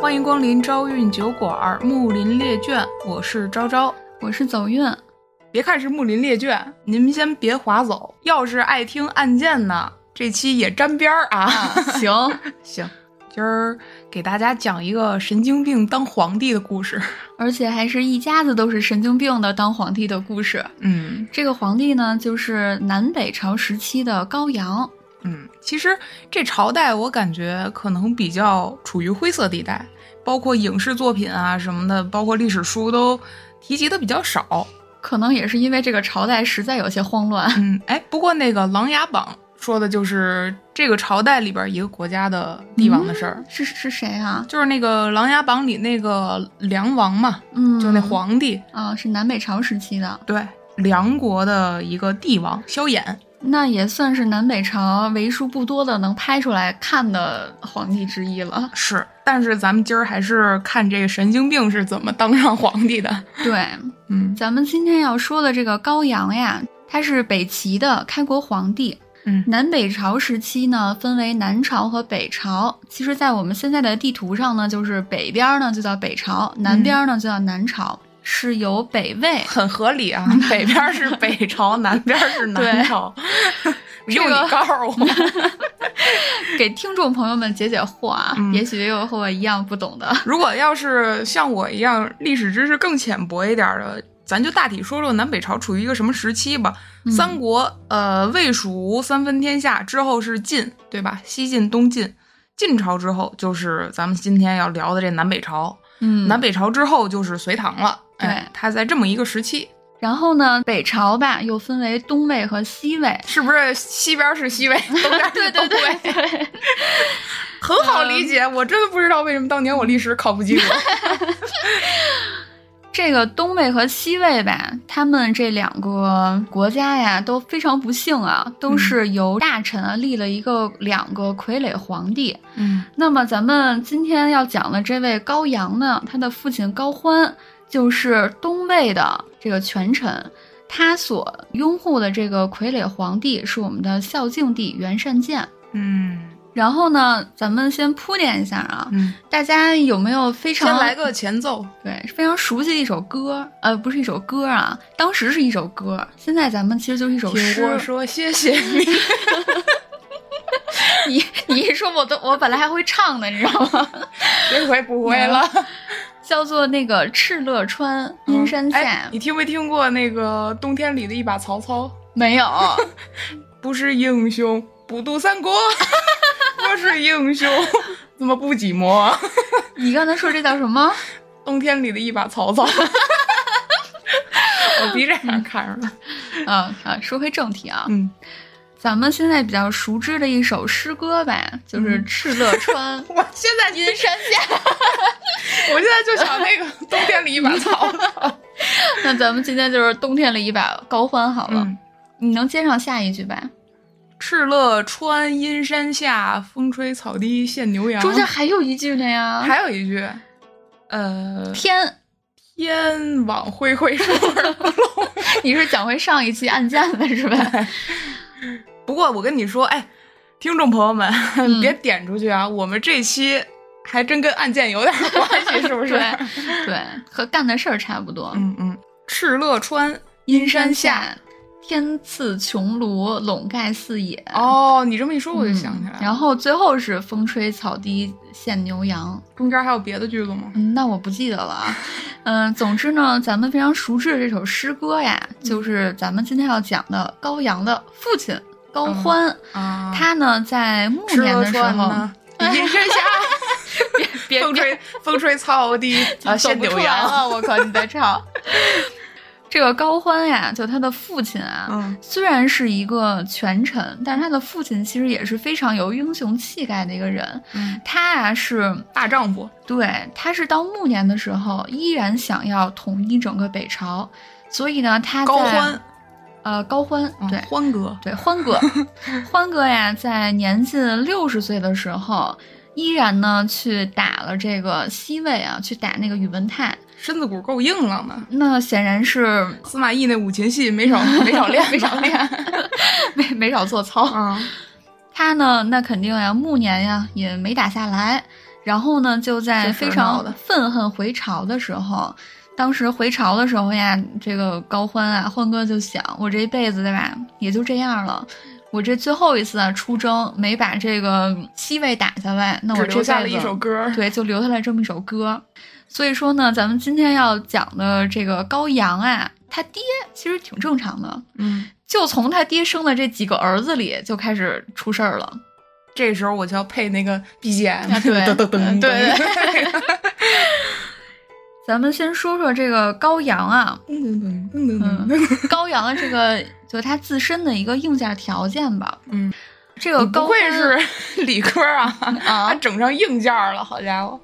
欢迎光临朝韵酒馆儿木林列卷，我是昭昭。我是 走运，别看是木林列卷，您先别划走。要是爱听案件呢，这期也沾边儿啊。 行，行，今儿给大家讲一个神经病当皇帝的故事。而且还是一家子都是神经病的当皇帝的故事。嗯这个皇帝呢，就是南北朝时期的高阳。嗯，其实这朝代我感觉可能比较处于灰色地带，包括影视作品啊什么的，包括历史书都提及的比较少。可能也是因为这个朝代实在有些慌 乱，嗯，哎，不过那个《琅琊榜》说的就是这个朝代里边一个国家的帝王的事儿，是是谁啊？就是那个《琅琊榜》里那个梁王嘛，嗯，就那皇帝，啊，是南北朝时期的，对，梁国的一个帝王萧衍。那也算是南北朝为数不多的能拍出来看的皇帝之一 了。是，但是咱们今儿还是看这个神经病是怎么当上皇帝的。对，嗯咱们今天要说的这个高阳呀，他是北齐的开国皇帝。嗯。南北朝时期呢，分为南朝和北朝。其实，在我们现在的地图上呢，就是北边儿呢就叫北朝，南边儿呢就叫南朝，是由北魏 很合理 啊，北边儿是北朝，南边儿是南对 朝。这用个你告诉我，给听众朋友们解解惑啊，嗯也许有和我一样不懂的。如果要是像我一样历史知识更浅薄一点儿的，咱就大体说说南北朝处于一个什么时期吧。嗯三国，呃，魏蜀吴三分天下之后是晋，对吧？西晋、东晋。晋朝之后就是咱们今天要聊的这南北朝，嗯，南北朝之后就是隋唐了。哎对，它在这么一个时期，然后呢，北朝吧又分为东魏和西魏。是不是西边儿是西魏，东边儿是东北？ 对，嗯很好理解。我真的不知道为什么当年我历史考不 及格。这个东魏和西魏吧，他们这两个国家呀都非常不幸啊，嗯都是由大臣啊立了一个两个傀儡皇帝。嗯那么咱们今天要讲的这位高阳呢，他的父亲高欢就是东魏的这个权臣，他所拥护的这个傀儡皇帝是我们的孝敬帝袁善见。嗯然后呢，咱们先铺垫一下啊，嗯，大家有没有非常先来个前奏。对非常熟悉的一首歌？呃，不是一首歌啊，当时是一首歌，现在咱们其实就是一首诗听。我说，谢谢你。 你你一说，我都我本来还会唱呢，你知道吗？ 这回不会了。 叫做那个《敕勒川阴山下》哎你听没听过那个冬天里的一把曹操？没有，不是英雄不渡三国， 我是英雄怎么不寂寞？ 啊你刚才说这叫 什么？冬天里的一把曹操。 我鼻这样看着了。啊啊，说回正题啊，嗯，咱们现在比较熟知的一首诗歌吧，就是嗯《敕勒川我现 在阴山下》。我现在就想那个冬天里一把 曹操。 嗯那咱们今天就是冬天里一把高欢好了，嗯，你能接上下一句吧？敕勒川阴山下，风吹草低见牛羊。中间还有一句呢呀，还有一句，呃，天， 天网恢恢，疏而不漏。你是讲回上一期案件了 是吧？不过我跟你说，哎，听众朋友们，嗯别点出去啊！我们这期还真跟案件有点关系，是不是？ 对对，和干的事儿差不多。嗯嗯，敕勒川阴阴山山下，天赐穹庐，笼盖四野。哦，你这么一说嗯，我就想起来了。然后最后是风吹草低见牛羊。中间还有别的句子吗？嗯，那我不记得了 啊。嗯，总之呢，咱们非常熟知的这首诗歌呀，就是咱们今天要讲的高阳的父亲高欢。啊他呢，在暮敕年勒的时川 候，呢？阴山下，别风别 吹风吹草低啊，走见不牛出来羊。了，我靠，你在唱。 这个高欢呀，就他的父亲啊，嗯虽然是一个权臣，但是他的父亲其实也是非常有英雄气概的一个人。嗯，他呀是大丈夫。对，他是到暮年的时候依然想要统一整个北朝，所以呢，他在高欢，呃高欢嗯对、欢哥，对欢 哥，欢哥呀，在年近六十岁的时候，依然呢去打了这个西魏啊，去打那个宇文泰，身子骨够硬朗的。那显然是司马懿那五禽戏没少 没少练吧，没少练， 没没 少做操。啊。他呢，那肯定呀，暮年呀也没打下来，然后呢，就在这事儿非闹常的愤恨回朝的时候，当时回朝的时候呀，这个高欢啊，欢哥就想，我这一辈子对吧，也就这样了。我这最后一次啊出征没把这个西魏打下来，那我只这留下辈了一子首歌。对，就留下来这么一首歌。所以说呢，咱们今天要讲的这个高阳啊，他爹其实挺正常的，嗯，就从他爹生的这几个儿子里就开始出事儿了。这时候我就要配那个 BGM，、啊对噔噔噔噔，对咱们先说说这个高阳啊， 嗯嗯嗯高阳的这个就是他自身的一个硬件条件吧。嗯，这个高不愧欢是理科啊，啊还，整上硬件了，好家伙！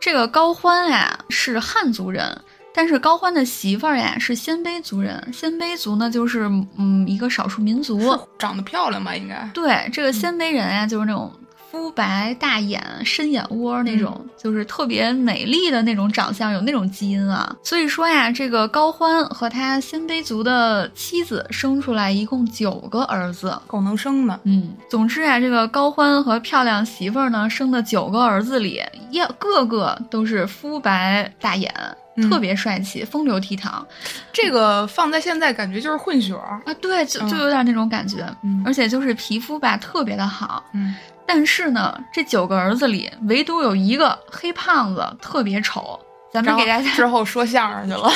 这个高欢呀是汉族人，但是高欢的媳妇儿呀是鲜卑族人。鲜卑族呢就是嗯一个少数民族，长得漂亮吧，应该。对，这嗯个鲜卑人啊，就是那种肤白大眼、深眼窝嗯那种，就是特别美丽的那种长相，有那种基因啊。所以说呀，这个高欢和他鲜卑族的妻子生出来一共九个儿子。够能生的，嗯，总之啊，这个高欢和漂亮媳妇儿呢，生的九个儿子里，也个个都是肤白大眼，嗯特别帅气，风流倜傥啊。这个放在现在感觉就是混血儿。对，就嗯就有点那种感觉，嗯而且就是皮肤吧，特别的好。嗯，但是呢，这九个儿子里，唯独有一个黑胖子特别丑。咱然们后给大家之后说相声去了，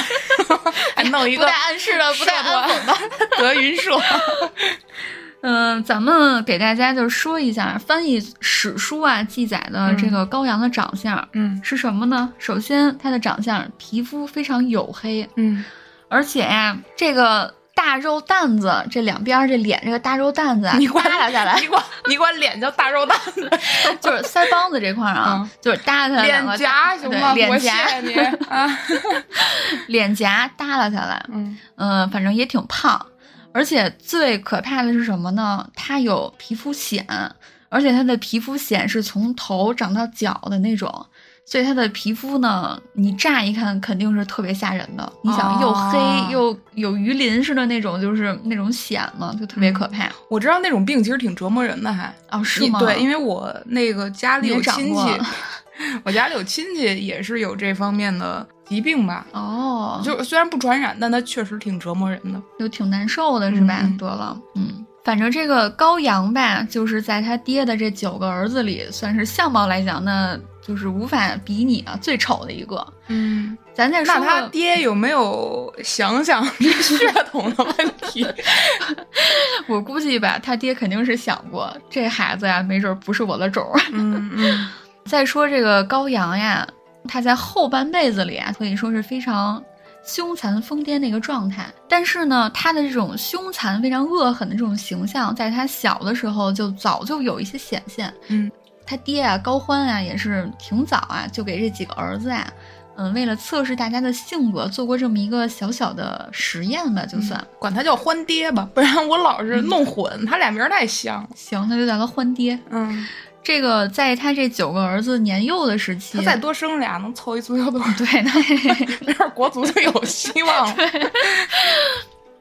还弄一不个带暗示 的，不带暗讽的。德云社。嗯、咱们给大家就是说一下翻译史书啊记载的这个高阳的长相、嗯是什么呢？首先，他的长相皮肤非常黝黑，嗯，而且呀、这个大肉蛋子这两边儿这脸这个大肉蛋子啊，你管耷拉下来你，管你管脸叫大肉蛋子，就是腮帮子这块儿啊，嗯就是耷拉下来两脸个颊大行对吗？我脸谢颊谢你啊。 脸颊耷拉下来，嗯嗯，反正也挺胖，而且最可怕的是什么呢？它有皮肤癣，而且它的皮肤癣是从头长到脚的那种，所以它的皮肤呢，你乍一看肯定是特别吓人的。你想，又黑、哦又有鱼鳞似的那种，就是那种癣嘛，就特别可怕。我知道那种病其实挺折磨人的，还哦，是吗？嗯对，因为为我那个家里你也有长亲过戚， 我家里有亲戚也是有这方面的疾病吧。哦，就虽然不传染，但它确实挺折磨人的。就挺难受的，是吧？嗯嗯得了，嗯，反正这个高阳吧，就是在他爹的这九个儿子里，算是相貌来讲，那就是无法比拟啊，最丑的一个。嗯，咱再说嗯那说他爹有没有想想这血统的问 题？ 我估计吧，他爹肯定是想过，这孩子呀，没准不是我的种儿。 嗯嗯再说这个高阳呀，他在后半辈子里啊，可以说是非常凶残疯癫的一个状态。但是呢，他的这种凶残、非常恶狠的这种形象，在他小的时候就早就有一些显现。 嗯，他爹啊，高欢啊，也是挺早啊，就给这几个儿子啊。嗯，为了测试大家的性格，做过这么一个小小的实验吧，嗯就算、嗯管他叫欢爹吧，不然我老是弄混，他俩名儿太像了。行，那就叫他欢爹。嗯，这个在他这九个儿子年幼的时期，他再多生俩，能凑一足球队，对， 那没准国足就有希 望了。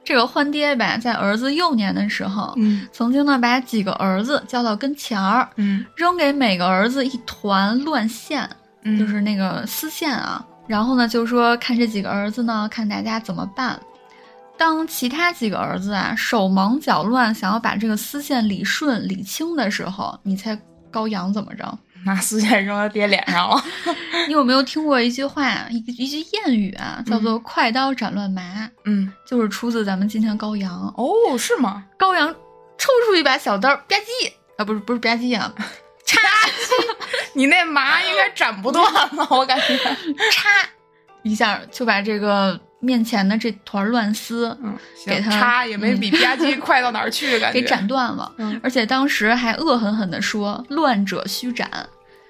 这个欢爹吧，在儿子幼年的时候，嗯曾经呢把几个儿子叫到跟前儿，嗯扔给每个儿子一团乱线，嗯，就是那个丝线啊。然后呢，就说看这几个儿子呢，看大家怎么办。当其他几个儿子啊手忙脚乱，想要把这个丝线理顺理清的时候，你猜高阳怎么着？拿丝线扔他爹脸上 了。你有没有听过一句话，一一句谚语啊，叫做“快刀斩乱麻”，嗯，就是出自咱们今天高阳。哦，是吗？高阳抽出一把小刀，吧唧啊，不是不是吧唧啊， 你那麻应该斩不断吧？我感觉。嚓一下就把这个面前的这团乱丝 嗯，给行他插也没嗯比吧唧快到哪儿 去，感觉给斩断了。嗯而且当时还恶狠狠地说：“乱者须斩。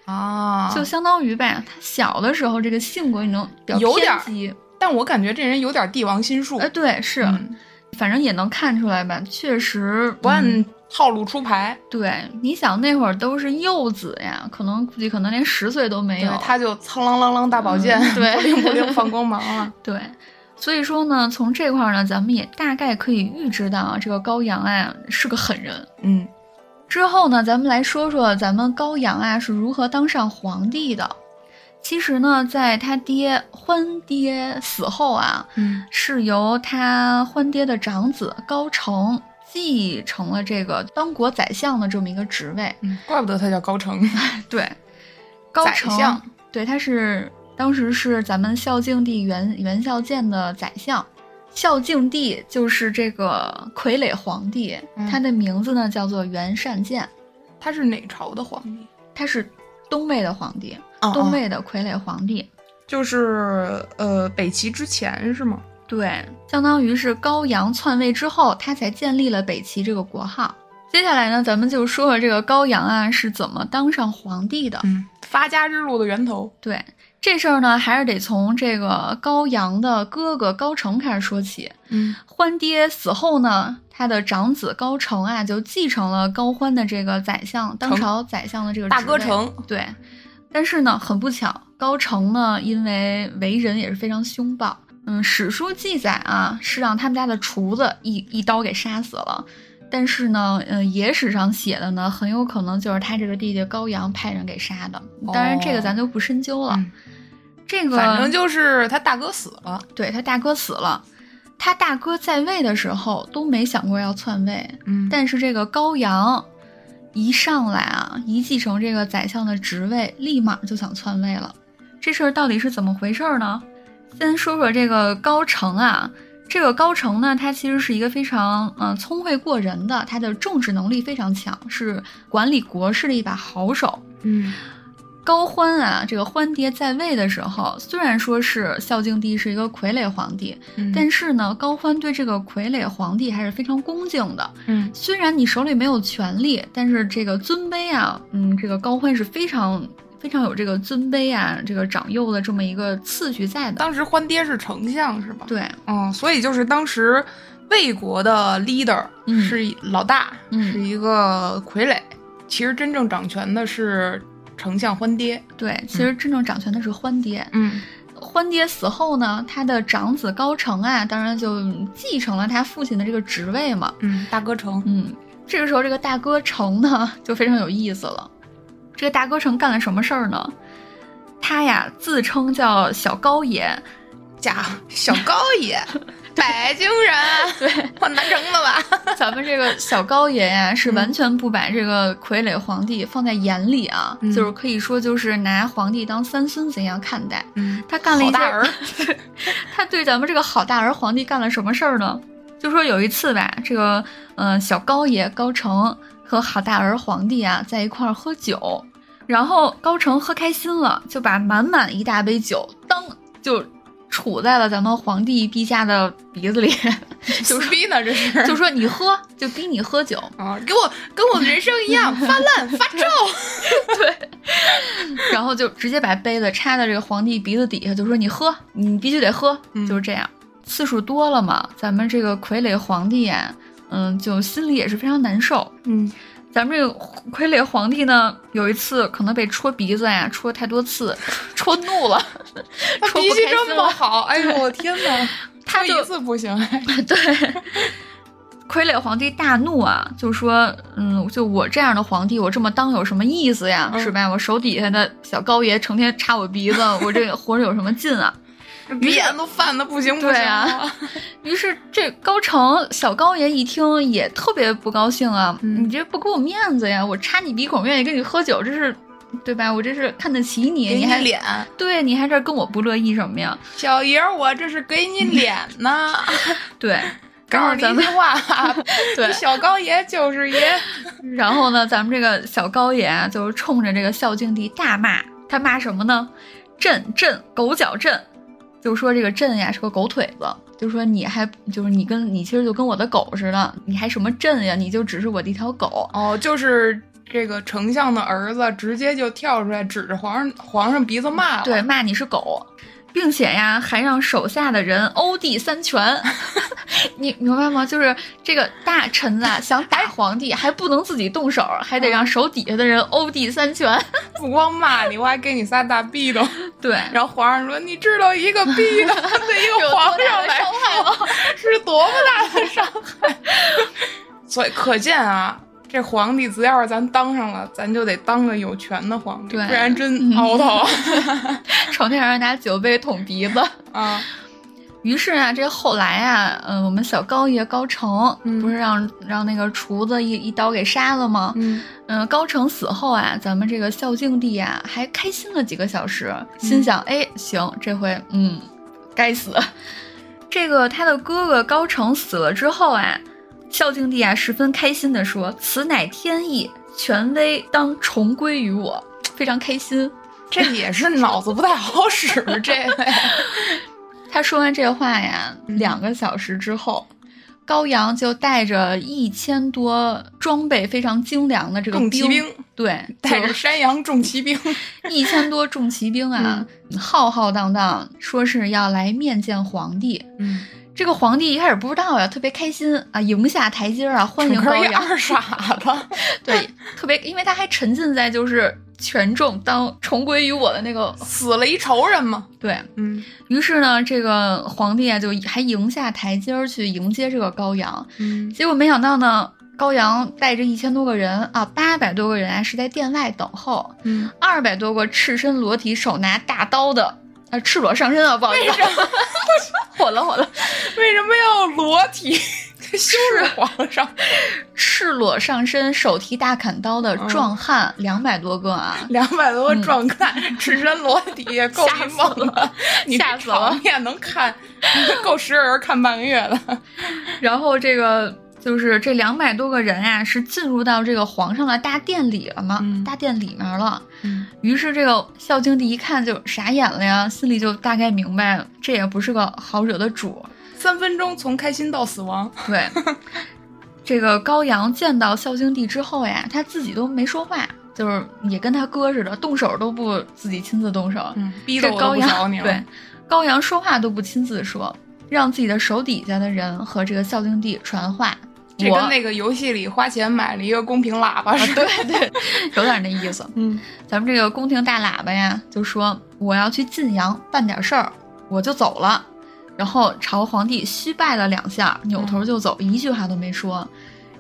啊，就相当于吧，他小的时候这个性格你能比较有点偏儿激，但我感觉这人有点帝王心术，呃，对，是，嗯反正也能看出来吧，确实不按嗯套路出牌，对，你想那会儿都是幼子呀，可能估计可能连十岁都没对有，，他就苍啷啷啷大宝剑，嗯对不灵不灵放光芒了。 对，所以说呢，从这块儿呢，咱们也大概可以预知到啊，这个高阳啊是个狠人。嗯，之后呢，咱们来说说咱们高阳啊是如何当上皇帝的。其实呢，在他爹欢爹死后啊，嗯是由他欢爹的长子高澄继承了这个当国宰相的这么一个职位。嗯，怪不得他叫高成。对，高宰澄相，对，他是当时是咱们孝敬帝元元孝建的宰相。孝敬帝就是这个傀儡皇帝，嗯他的名字呢叫做元善建，他是哪朝的皇帝？他是东魏的皇帝，哦东哦魏的傀儡皇帝。就是呃北齐之前是吗？对，相当于是高阳篡位之后，他才建立了北齐这个国号。接下来呢，咱们就说说这个高阳啊是怎么当上皇帝的。嗯，发家之路的源头。对这事儿呢，还是得从这个高阳的哥哥高澄开始说起。嗯欢爹死后呢，他的长子高澄啊就继承了高欢的这个宰相当成朝宰相的这个大职哥位成对，但是呢，很不巧，高澄呢，因为为人也是非常凶暴，嗯，史书记载啊，是让他们家的厨子一一刀给杀死了。但是呢，嗯，野史上写的呢，很有可能就是他这个弟弟高阳派人给杀的。当然，这个哦咱就不深究了。嗯这 个反正就是他大哥死了，对他大哥死了，他大哥在位的时候都没想过要篡位，嗯但是这个高阳一上来啊，一继承这个宰相的职位，立马就想篡位了。这事儿到底是怎么回事儿呢？先说说这个高澄啊，这个高澄呢，他其实是一个非常嗯、呃聪慧过人的，他的政治能力非常强，是管理国事的一把好手。嗯高欢啊，这个欢爹在位的时候，虽然说是孝敬帝是一个傀儡皇帝，嗯但是呢，高欢对这个傀儡皇帝还是非常恭敬的。嗯虽然你手里没有权力，但是这个尊卑啊，嗯，这个高欢是非常非常有这个尊卑啊，这个长幼的这么一个次序在的。当时欢爹是丞相是吧？，对，嗯，所以就是当时魏国的 leader 嗯是老大，嗯是一个傀儡，其实真正掌权的是丞相欢爹。对，其实真正掌权的是欢爹。嗯欢爹死后呢，他的长子高澄啊，当然就继承了他父亲的这个职位嘛。嗯，大哥成，嗯，这个时候这个大哥成呢 就非常有意思了。这个大哥成干了什么事儿呢？他呀自称叫小高爷，家伙小高爷，北京人，对，换南城的吧？咱们这个小高爷呀是嗯完全不把这个傀儡皇帝放在眼里啊，嗯就是可以说就是拿皇帝当三孙子一样看待。嗯，他干了一好大件儿，他对咱们这个好大儿皇帝干了什么事儿呢？就说有一次吧，这个呃小高爷高澄和好大儿皇帝啊在一块儿喝酒，然后高澄喝开心了，就把满满一大杯酒当就杵在了咱们皇帝陛下的鼻子里， 就逼呢，这是就说你喝，就逼你喝酒。啊，跟我跟我人生一样发烂发皱。 然后就直接把杯子插在这个皇帝鼻子底下，就说你喝，你必须得喝，嗯就是这样。次数多了嘛，咱们这个傀儡皇帝呀、嗯，就心里也是非常难受。嗯咱们这个傀儡皇帝呢，有一次可能被戳鼻子呀，戳太多次，戳怒了， 他戳脾不气开这心么了，好，哎呦我天哪！ 他说就一次不行，哎 对，傀儡皇帝大怒啊，就说：“嗯，就我这样的皇帝，我这么当有什么意思呀？嗯是吧？我手底下的小高爷成天插我鼻子，我这活着有什么劲啊？” 鼻炎都犯的不行不对行啊 了。于是这高成小高爷一听也特别不高兴啊，嗯你这不给我面子呀！我插你鼻孔，愿意跟你喝酒，这是对吧？我这是看得起你，给你你还脸，对，你还这跟我不乐意什么呀？小爷儿，我这是给你脸 呢。对，然告后诉咱你一们句话， 对你，小高爷就是爷。然后呢，咱们这个小高爷啊，就是冲着这个孝敬帝大骂，他骂什么呢？朕朕狗脚朕，就说这个朕呀是个狗腿子，就说你还就是你跟你其实就跟我的狗似的，你还什么朕呀？你就只是我的一条狗。哦，就是这个丞相的儿子，直接就跳出来指着皇上皇上鼻子骂了。对，，骂你是狗，并且呀，还让手下的人殴地三拳。 你明白吗？就是这个大臣啊，想打皇帝还不能自己动手，还得让手底下的人殴地三拳。 不光骂你，我还给你仨大逼斗。对，然后皇上说：“你知道一个逼斗 对一个皇上来有多大的伤害说是多么大的伤害？”所以可见啊，这皇帝只要是咱当上了，咱就得当个有权的皇帝，对嗯不然真熬头朝天上拿酒杯捅鼻子。啊！于是啊，这后来啊，嗯、我们小高爷高成、嗯不是让让那个厨子一一刀给杀了吗？嗯，嗯、高成死后啊，咱们这个孝敬帝啊，还开心了几个小时，嗯心想，哎，行，这回嗯，该死。 这个他的哥哥高成死了之后啊，孝敬帝啊十分开心地说：“此乃天意，权威当重归于我。”非常开心。这也是脑子不太好使， 这位他说完这话呀，嗯两个小时之后，高阳就带着一千多装备非常精良的这个重骑兵，对，带就着山羊重骑兵，一千多重骑兵啊，嗯浩浩荡荡，说是要来面见皇帝。嗯，这个皇帝一开始不知道呀，特别开心啊，迎下台阶啊，欢迎整高个一阳。二傻子，对，特别，因为他还沉浸在就是权重当重归于我的那个死了一仇人嘛。对嗯于是呢，这个皇帝啊就还迎下台阶儿去迎接这个高阳。嗯结果没想到呢，高阳带着一千多个人啊，八百多个人啊是在殿外等候。嗯，二百多个赤身裸体、手拿大刀的，呃，赤裸上身啊，不好意思， 火了火了，为什么要裸体 羞辱皇上？赤裸上身、手提大砍刀的嗯壮汉两百多个啊，两百多个壮汉，赤身裸体，也够吓一死梦了了。你吓这死了场面能看，够十个人看半个月的。然后这个。就是这两百多个人啊，是进入到这个皇上的大殿里了嘛？嗯大殿里面了。嗯于是这个孝敬帝一看就傻眼了呀，心里就大概明白了，这也不是个好惹的主。三分钟从开心到死亡。 对，这个高阳见到孝敬帝之后呀，他自己都没说话，就是也跟他哥似的，动手都不自己亲自动手。嗯，逼得这我都高不找阳你了。对，高阳说话都不亲自说，让自己的手底下的人和这个孝敬帝传话。这我啊跟那个游戏里花钱买了一个公屏喇叭似的。对对，有点那意思。嗯咱们这个宫廷大喇叭呀，就说我要去晋阳办点事儿，我就走了。然后朝皇帝虚拜了两下，扭嗯头就走，一句话都没说。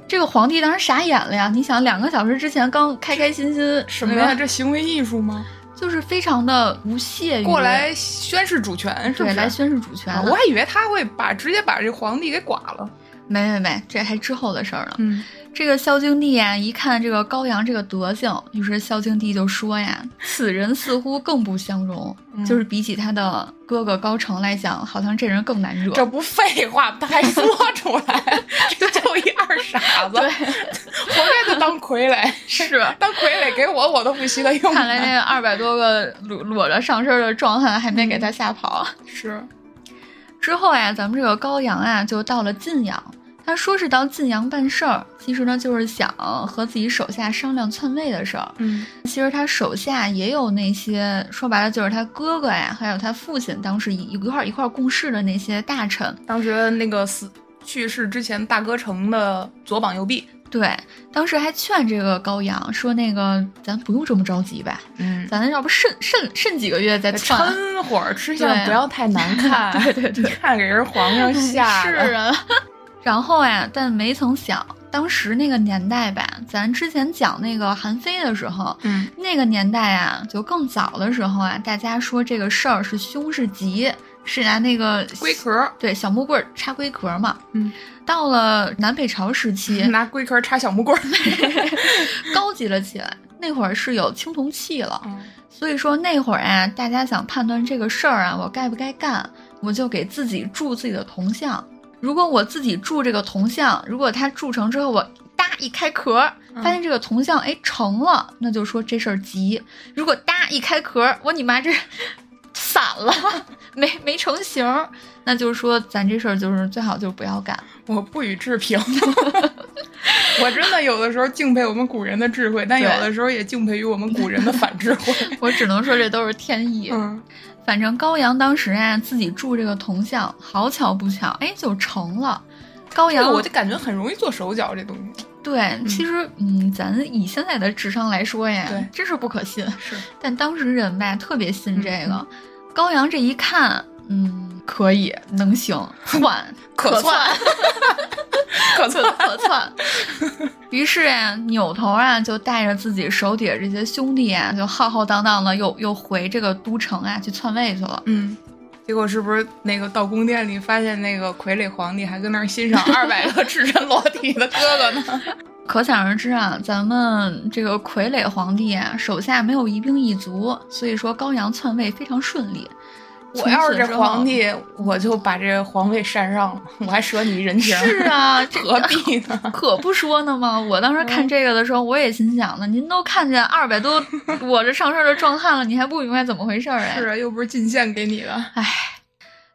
这个皇帝当时傻眼了呀！你想，两个小时之前刚开开心心， 什么对吧呀？这行为艺术吗？就是非常的无懈于过来宣示主权是不对是？来宣示主权啊了。我还以为他会把直接把这皇帝给剐了。没没没，这还之后的事儿了。嗯，这个孝敬帝呀，一看这个高阳这个德性，于是孝敬帝就说呀：“此人似乎更不相容，嗯就是比起他的哥哥高成来讲，好像这人更难惹。这不废话，他还说出来，这就一二傻子，对，活该他当傀儡。是当傀儡给我，我都不惜得用呢。看来那二百多个裸裸着上身的壮汉还没嗯给他吓跑。是，之后呀，咱们这个高阳啊，就到了晋阳。他说是到晋阳办事儿，其实呢就是想和自己手下商量篡位的事儿。嗯其实他手下也有那些，说白了就是他哥哥呀，还有他父亲，当时一一块儿一块儿共事的那些大臣。当时那个死去世之前，大哥成的左膀右臂。对，当时还劝这个高阳说：“那个咱不用这么着急吧，嗯，咱要不慎慎慎几个月再篡。抻会儿吃相对啊不要太难看 。对对对你看给人皇上”吓是的。啊。 然后呀，但没曾想，当时那个年代吧，咱之前讲那个韩非的时候，嗯那个年代啊，就更早的时候啊，大家说这个事儿是凶是吉，是拿那个龟壳，对，小木棍儿插龟壳嘛。嗯，到了南北朝 时期，拿龟壳插小木 棍儿。高级了起来。那会儿是有青铜器了，嗯所以说那会儿啊，大家想判断这个事儿啊，我该不该干，我就给自己铸自己的铜像。如果我自己铸这个铜像，如果它铸成之后，我哒一开壳儿，嗯发现这个铜像哎成了，那就说这事儿急；如果哒一开壳儿，我你妈这 散了， 没没成型儿，那就说咱这事儿就是最好就不要干。我不予置评。 我真的有的时候敬佩我们古人的智慧，但对有的时候也敬佩于我们古人的反智 慧。我只能说这都是天意。嗯反正高阳当时啊自己铸这个铜像，好巧不巧，哎就成了。高这阳，个我就感觉很容易做手脚，这东西对，其实嗯，咱以现在的智商来说呀对，真是不可信。是但当时人吧特别信这个。嗯高阳这一看，嗯，可以，能行，窜，可窜， 可算可窜。于是呀，扭头啊，就带着自己手底下这些兄弟啊，就浩浩荡荡的又又回这个都城啊去篡位去了。嗯，结果是不是那个到宫殿里发现那个傀儡皇帝还跟那儿欣赏二百个赤身裸体的哥哥 呢？可想而知啊，咱们这个傀儡皇帝啊，手下没有一兵一卒，所以说高阳篡位非常顺利。我要是从此这之后皇帝，我就把这皇位禅让了，我还折你一人情， 是啊，这 何必呢？可不说呢嘛！我当时看这个的时候，我也心想呢，您都看见二百多我这上身的壮汉了，你还不明白怎么回事儿哎？ 是啊，又不是进献给你的。哎，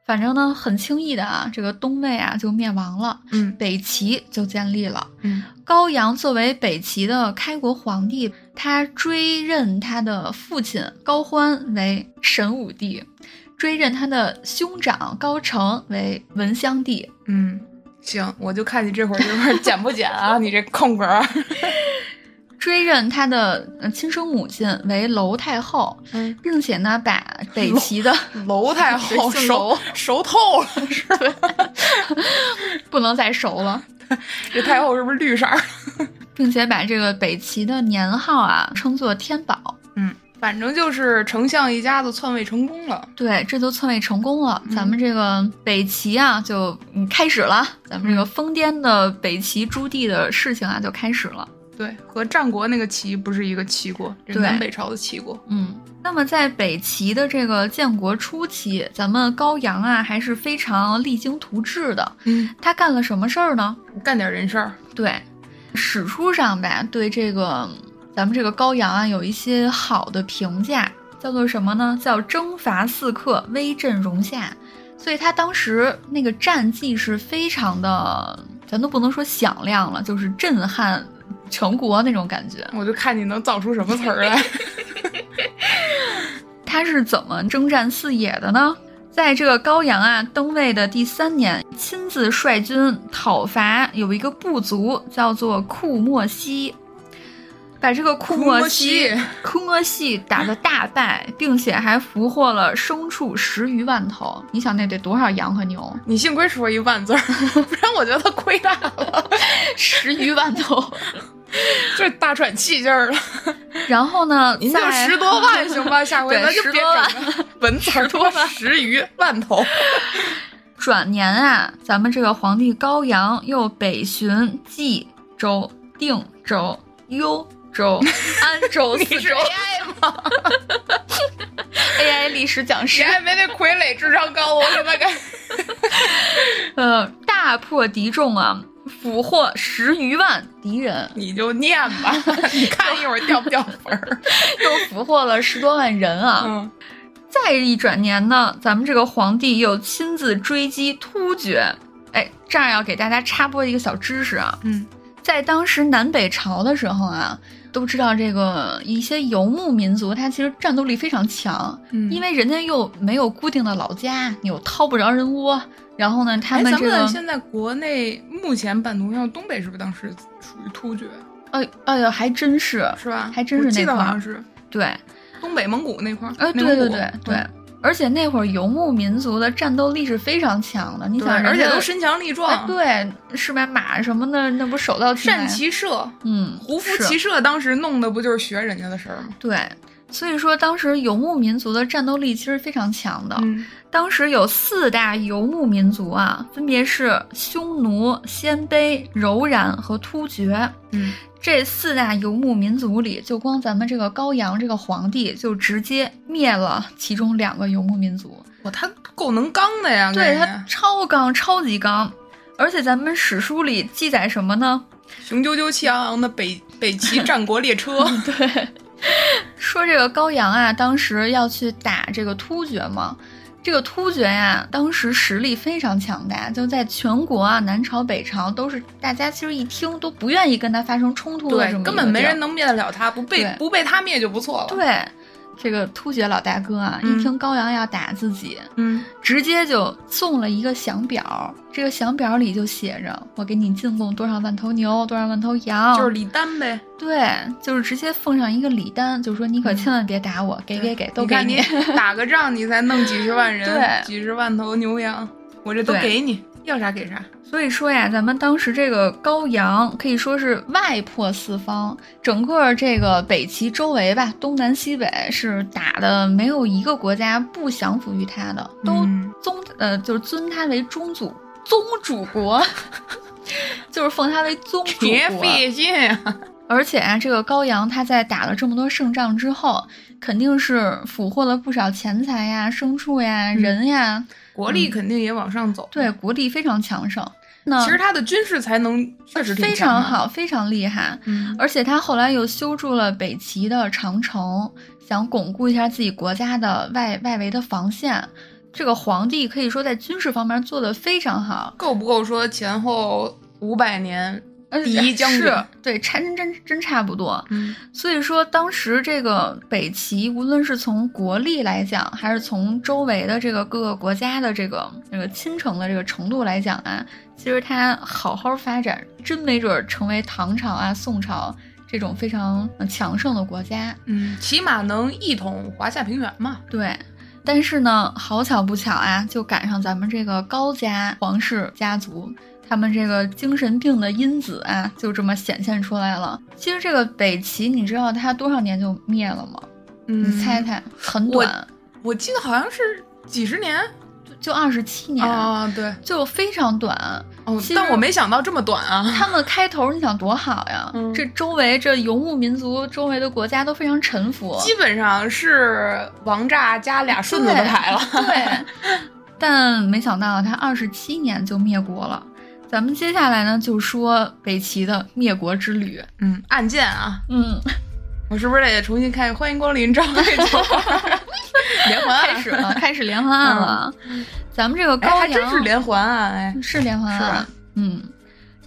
反正呢，很轻易的啊，这个东魏啊就灭亡了，嗯北齐就建立了。嗯高阳作为北齐的开国皇帝，他追认他的父亲高欢为神武帝，追认他的兄长高澄为文襄帝。嗯，行，我就看你这会儿这块儿剪不剪啊？ 你这空格儿。追认他的呃亲生母亲为娄太后，嗯，并且呢，把北齐的 楼太后谁姓楼熟熟透了，是吧？不能再熟了，这太后是不是绿色儿？ 并且把这个北齐的年号啊称作天宝。嗯，反正就是丞相一家子篡位成功了。对，这就篡位成功了。嗯咱们这个北齐啊，就嗯开始了。咱们这个嗯疯癫的北齐诸帝的事情啊，就开始了。对，和战国那个齐不是一个齐国，这对南北朝的齐国。嗯，那么在北齐的这个建国初期，咱们高阳啊还是非常励精图治的。嗯，他干了什么事儿呢？干点人事儿。对，史书上吧，对这个咱们这个高阳啊，有一些好的评价，叫做什么呢？叫征伐四客，威震戎夏。所以他当时那个战绩是非常的，咱都不能说响亮了，就是震撼全国那种感觉。我就看你能造出什么词儿 来。他是怎么征战四野的呢？在这个高阳啊登位的第三年，亲自率军讨伐有一个部族叫做库莫西，把这个库莫西库莫西库莫西打得大败，并且还俘获了牲畜十余万头。你想那得多少羊和牛？你幸亏说一万字儿，不然我觉得亏大了， 十余 万头。这大喘气劲儿了。然后呢，您就在十多万行吧，下回对咱就十别多万整了文词儿多了十余万 头。转年啊，咱们这个皇帝高阳又北巡冀州、定州、幽 州、安州四州 AI 吗？ AI 历史讲你师，还没那傀儡智商高，我他妈该。，呃，大破敌众啊，俘获十余万敌 人 你就念 吧，你看一会儿掉不掉分儿。又俘获了十多万人啊。嗯，再一转年呢，咱们这个皇帝又亲自追击突厥。哎，这儿要给大家插播一个小知识啊，嗯，在当时南北朝的时候啊，都知道这个一些游牧民族，他其实战斗力非常强，因为为人家又没有固定的老家，又掏不着人窝，然后呢，他哎，们咱这个们现在国内目前版图上东北是不是当时属于突厥啊哎哎呦，还真是是吧？还真是我记那得块好儿像，是对，东北蒙古那块儿。哎，内对对蒙古对嗯对。而且那会儿游牧民族的战斗力是非常强的，你对想人家，而且都身强力哎壮，，对，是吧？马什么的，那不手到擒来善，骑射。嗯，胡服是骑射当时弄的不就是学人家的事儿吗？对，所以说当时游牧民族的战斗力其实非常强的。嗯当时有四大游牧民族啊，分别是匈奴、鲜卑、柔然和突厥。嗯，这四大游牧民族里，就光咱们这个高阳这个皇帝就直接灭了其中两个游牧民族，哇，他够能刚的呀！对感觉他超刚，超级刚。而且咱们史书里记载什么呢？雄赳赳气昂昂的北北齐战国列 车，说这个高阳啊，当时要去打这个突厥嘛。这个突厥呀、当时实力非常强大，就在全国啊，南朝北朝都是大家其实一听都不愿意跟他发生冲突的这对，么一个根本没地儿人能灭得了他，不被对不被他灭就不错了。，对这个突厥老大哥啊，嗯一听高阳要打自己，嗯，直接就送了一个降表，这个降表里就写着我给你进贡多少万头牛，多少万头羊，就是李丹呗。对，就是直接奉上一个礼单，就说你可千万别打我，给给给都嗯你 给看你打个仗，你才弄几十万人，对几十万头牛羊，我这都对给你。要啥给啥。所以说呀，咱们当时这个高阳可以说是外破四方，整个这个北齐周围吧，东南西北是打的没有一个国家不降服于他的，都嗯宗、呃就是尊他为宗主宗主国， 就是奉他为宗主别国。费劲啊！而且啊，这个高阳他在打了这么多胜仗之后，肯定是俘获了不少钱财呀、牲畜嗯呀、人呀，国力肯定也往上走。对国力非常强盛。那其实他的军事才能确实挺非强常的，好，非常厉害。嗯，而且他后来又修筑了北齐的长城，想巩固一下自己国家的外外围的防线。这个皇帝可以说在军事方面做得非常好，够不够说前后五百年？呃第一将军是对，差真真真差不多。嗯，所以说，当时这个北齐，无论是从国力来讲，还是从周围的这个各个国家的这个这个亲城的这个程度来讲啊，其实它好好发展，真没准儿成为唐朝啊、宋朝这种非常呃强盛的国家。嗯，起码能一统华夏平原嘛。对，但是呢，好巧不巧啊，就赶上咱们这个高家皇室家族。他们这个精神病的因子啊，就这么显现出来了。其实这个北齐，你知道它多少年就灭了吗？嗯，你猜？猜，很我短，我记得好像是几十年就就二十七年，啊，对，就非常短。哦其实，但我没想到这么短啊。他们开头你想多好呀？嗯这周围这游牧民族周围的国家都非常臣服，基本上是王炸加俩顺子的牌了。对，但没想到他二十七年就灭国了。咱们接下来呢，就说北齐的灭国之旅。嗯，案件啊，嗯，我是不是得重新开？欢迎光临张卫国 连环案开始了，开始 连环案了。啊咱们这个啊嗯哎，高还阳、真是连环案哎。是连环是案吧。嗯，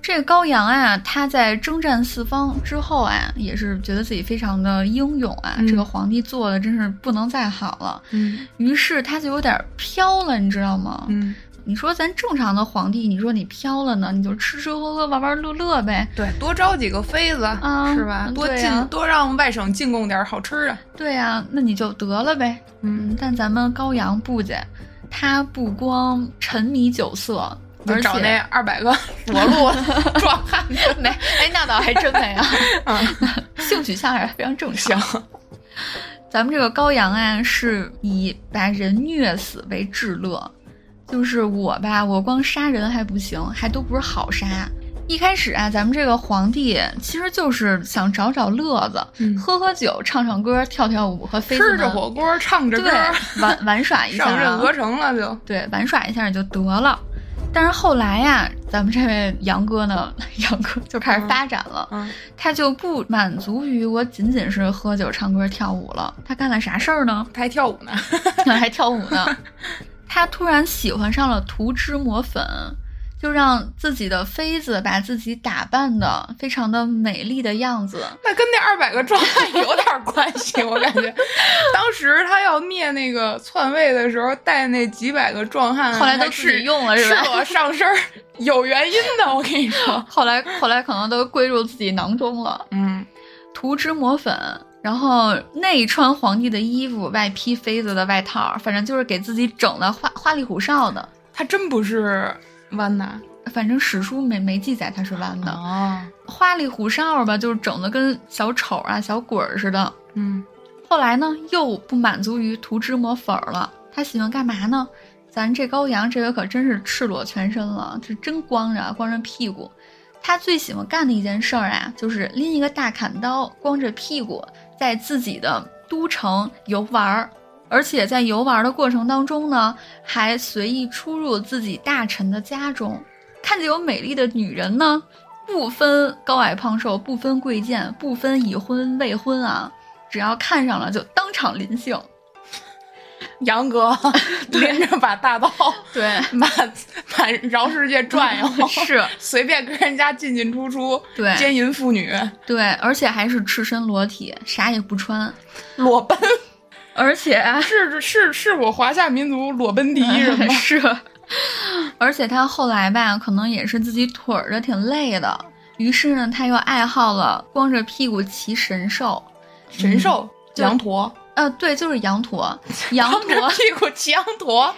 这个高阳啊，他在征战四方之后啊，也是觉得自己非常的英勇啊。嗯这个皇帝做的真是不能再好了，嗯于是他就有点飘了，你知道吗？嗯，你说咱正常的皇帝，你说你飘了呢，你就吃吃喝喝、玩玩乐乐呗。对，多招几个妃子、啊是吧？多对进、啊多让外省进贡点好吃的。对呀、那你就得了呗。嗯嗯，，但咱们高阳不姐，他不光沉迷酒色，就而找那且二百个裸露壮汉子。 没哎，那倒还真没有。 啊， 性取向还是非常正常行。， 咱们这个高阳啊，是以把人虐死为至乐，就是我吧，我光杀人还不行，还都不是好杀。一开始啊，咱们这个皇帝其实就是想找找乐子，嗯喝喝酒、唱唱歌、跳跳舞和妃子吃们着火锅，唱着歌，对玩玩耍一下、上任啊，鹅城了就。对玩耍一下也就得了。但是后来呀、咱们这位杨哥呢， 杨哥就开始发展了。嗯，他就不满足于我仅仅是喝酒、唱歌、跳舞了，他干了啥事儿呢？ 他还跳舞呢。还跳舞 呢。他突然喜欢上了涂脂抹粉，就让自己的妃子把自己打扮的非常的美丽的样子。那跟那二百个壮汉有点关系，我感觉。当时他要灭那个篡位的时候，带那几百个壮汉，后来都还嗯自赤己用了是赤吧？裸上身儿，有原因的，我跟你 说。后来后来可能都归入自己囊中了，嗯，涂脂抹粉。然后内穿皇帝的衣服，外披妃子的外套，反正就是给自己整的花花里胡哨的。他真不是弯呐。反正史书没没记载他是弯的，哦，花里胡哨吧，就是整的跟小丑啊、小鬼儿似的。嗯，后来呢，又不满足于涂脂抹粉儿了，他喜欢干嘛呢？咱这高阳这回可真是赤裸全身了，这真光着，光着屁股。他最喜欢干的一件事儿啊，就是拎一个大砍刀，光着屁股在自己的都城游玩儿，而且在游玩儿的过程当中呢，还随意出入自己大臣的家中，看见有美丽的女人呢，不分高矮胖瘦，不分贵贱，不分已婚未婚啊，只要看上了就当场 临幸。杨 哥拎着把大刀， 对，满满绕世界转 悠，是，随便跟人家进进出出，对奸淫妇女，对，而且还是赤身裸体，啥也不穿，裸奔，而且 啊？是是是我华夏民族裸奔第一人吗 是，而且他后来吧，可能也是自己腿儿着挺累的，于是呢，他又爱好了光着屁股骑神兽。神兽嗯就羊驼，呃，对，就是 羊驼，羊光着 驼， 屁股骑羊驼，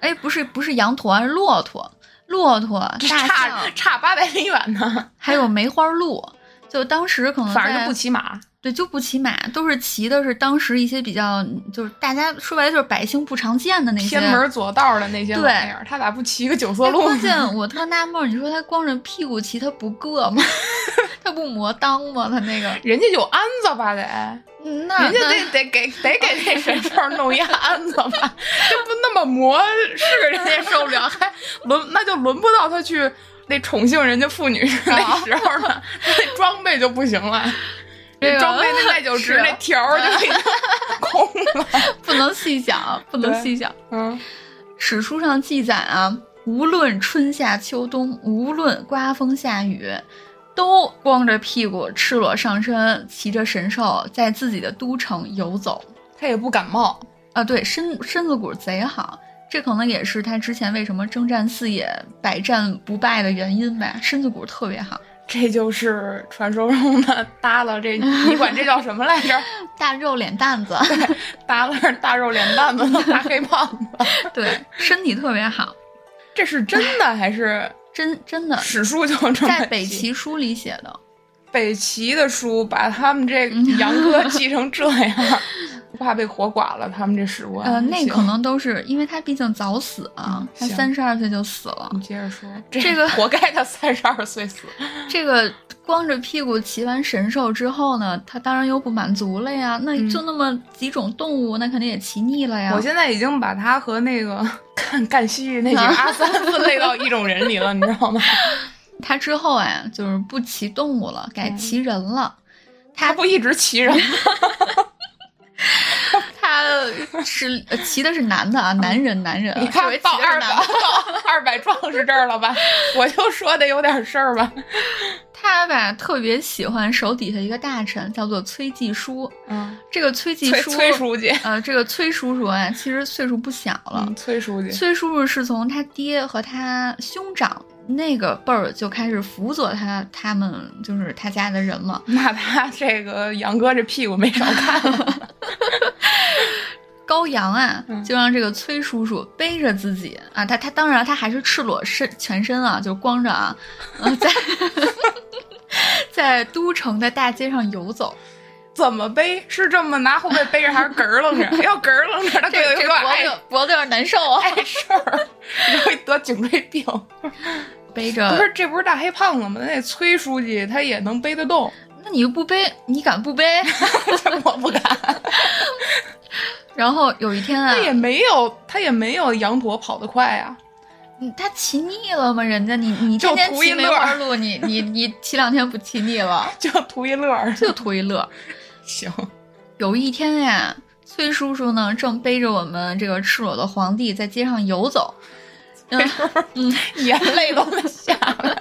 哎，不是不是羊驼，是骆驼，骆驼、这大象差，差八百里远呢，还有梅花鹿。就当时可能反正就在不骑马。嗯对，啊就不骑马，都是骑的是当时一些比较，就是大家说白了就是百姓不常见的那些偏门左道的那些对玩意儿，他咋不骑个九色哎鹿 关呢？键我特纳闷儿，你说他光着屁股骑，他不硌吗？ 他不磨裆吗？他那个，人家有鞍子吧得， 嗯那人家那得得给得给那神兽弄一鞍子吧，这不那么磨，是人家受不了，还轮那就轮不到他去那宠幸人家妇女那哦时候了，那装备就不行了。这那个装备那耐久值哎是啊那条儿就 给它空了， 不能细想，啊不能对细想。嗯，史书上记载啊，无论春夏秋冬，无论刮风下雨，都光着屁股、赤裸上身，骑着神兽在自己的都城游走。他也不感冒，啊，对，身身子骨贼好，这可能也是他之前为什么征战四野、百战不败的原因吧，身子骨特别好。这就是传说中的耷拉这，你管这叫什么来着？大肉脸蛋子， 耷拉大肉脸蛋子的大黑胖子，对，身体特别好，这是真的还是真真的史书就这么在北写齐书里写的。北齐的书把他们这嗯杨哥记成这样， 不怕被活剐了？他们这史官，呃，那行可能都是因为他毕竟早死啊嗯，他行嗯三十二岁就死了。你接着说，这这个哎活该他三十二岁死。这个光着屁股骑完神兽之后呢，他当然又不满足了呀，那嗯就那么几种动物，那肯定也骑腻了呀。我现在已经把他和那个 干干西那几个啊阿三分类到一种人里 了，你知道吗？他之后哎，就是不骑动物了，改嗯骑人了。他不一直骑人吗？他是呃骑的是男的啊，男人，男人啊。嗯你这看回骑到的是二百男的。到二百壮士这儿了吧？我就说得有点事儿吧。他吧特别喜欢手底下一个大臣，叫做崔继书。嗯，这个崔继崔书，崔书记，呃，这个崔叔叔啊，其实岁数不小了。嗯，崔书记，崔叔叔是从他爹和他兄长那个辈儿就开始辅佐他，他们就是他家的人了。那他这个杨哥这屁股没少看。高阳啊嗯，就让这个崔叔叔背着自己啊，他他当然他还是赤裸身全身啊，就光着啊，呃、在在都城的大街上游走，怎么背？是这么拿后背背着，还是咯儿 楞着？要咯儿哎楞着，那这就有这点脖碍子脖子有点难受啊，碍事 儿，容易得颈椎病。背不着是，，这不是大黑胖子吗？那崔书记他也能背得动，那你又不背，你敢不背？ 我不敢。 哎然后有一天啊他，也没有，他也没有羊驼跑得快啊呀、嗯他骑腻了吗？人家你你就天天图一骑梅乐花鹿，你你你骑两天不骑腻了， 就图一乐儿。就图一乐。行，有一天呀，崔叔叔呢正背着我们这个赤裸的皇帝在街上 游走，眼泪都没下来。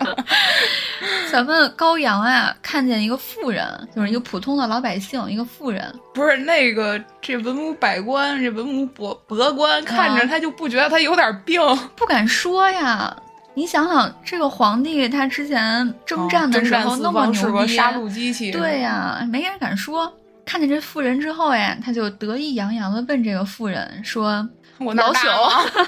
咱们高阳啊看见一个富人，就是一个普通的老百姓，一个富人， 不是那个，这文武百官，这文武博博官，看嗯着他就不觉得他有点病。不敢说呀。你想想，这个皇帝他之前征战的时候哦征那么四方牛是逼，个杀戮机器。对呀、没人敢说。看见这富人之后呀，他就得意洋洋的问这个富人说我：“那老儿朽大了，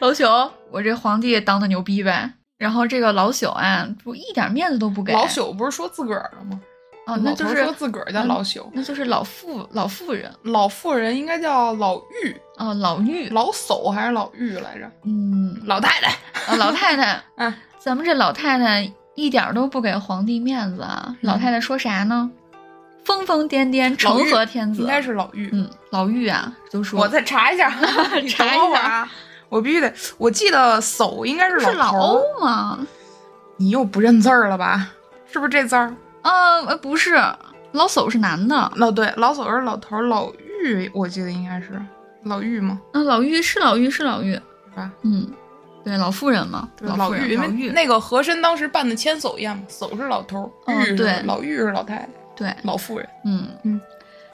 老朽，我这皇帝当的牛逼呗。”然后这个老朽啊，不一点面子都不给。老朽不是说自个儿了吗？哦，那老头就儿是说自个儿叫老朽，那就是老妇老妇人嗯老妇人应该叫老妪、哦，老妪，老叟还是老妪来着？嗯，老太太，啊，老太太， 嗯，咱们这老太太一点儿都不给皇帝面子啊！老太太说啥呢？疯疯癫癫，嗯老成妪何天子？应该是老妪。嗯，老妪啊，就说我再查 一下，你等会儿啊。我必须得，我记得叟应该是不是老头儿。欧吗？你又不认字儿了吧？是不是这字儿？呃，呃不是，老叟是男的，哦，对，老叟是老头儿，老妪我记得应该是老妪吗？嗯，老妪是老妪是老妪，是吧？嗯，对，老妇人嘛，对老妇妪，人，因老为妪，那个和珅当时办的千叟宴嘛，叟是老头儿，嗯妪是对老妪是老太太，对，老妇人，嗯嗯。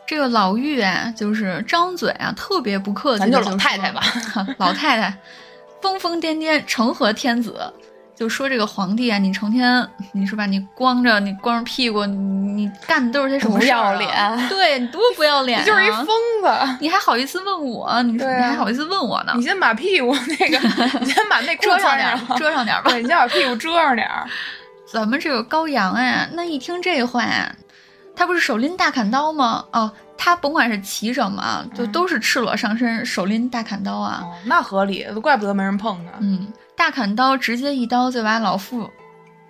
这个老妪啊，就是张嘴啊，特别不客气咱地就就老太太说，老太太，疯疯癫癫，成何天子？就说这个皇帝啊，你成天你是吧，你光着你光着屁股，你你干的都是些什么不事儿啊要脸对你多不要脸、 你啊，就是一疯子。你还好意思问我？你说、对啊你还好意思问我呢你？先把屁股那 个，你先把内裤遮上穿点儿，遮上点儿吧。对，你先把屁股遮上点儿。咱们这个高阳哎，那一听这话，啊他不是手拎大砍刀吗？哦，他甭管是骑什么啊，就嗯都是赤裸上身，手拎大砍刀啊。哦，那合理，怪不得没人碰呢。嗯，大砍刀直接一刀就把老妇、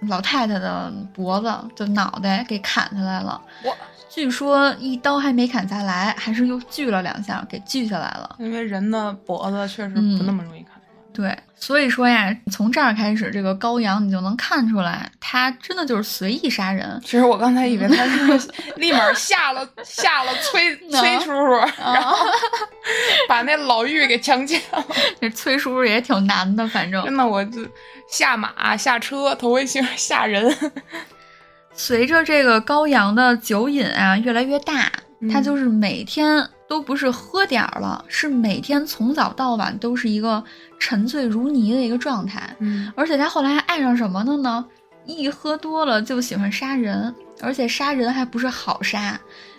老太太的脖子就脑袋给砍下来了。我据说一刀还没砍下来，还是又锯了两下给锯下来了。因为人的脖子确实不嗯那么容易砍。对，所以说呀，从这儿开始，这个高阳你就能看出来，他真的就是随意杀人。其实我刚才以为他是嗯 立马下了下 了崔啊崔叔叔，然后把那老妪给强奸了。这崔叔叔也挺难的，反正真的，我就下马下车，头回形吓人。随着这个高阳的酒瘾啊越来越大，嗯他就是每天都不是喝点儿了，是每天从早到晚都是一个沉醉如泥的一个状态。嗯，而且他后来还爱上什么了呢？一喝多了就喜欢杀人，而且杀人还不是好杀，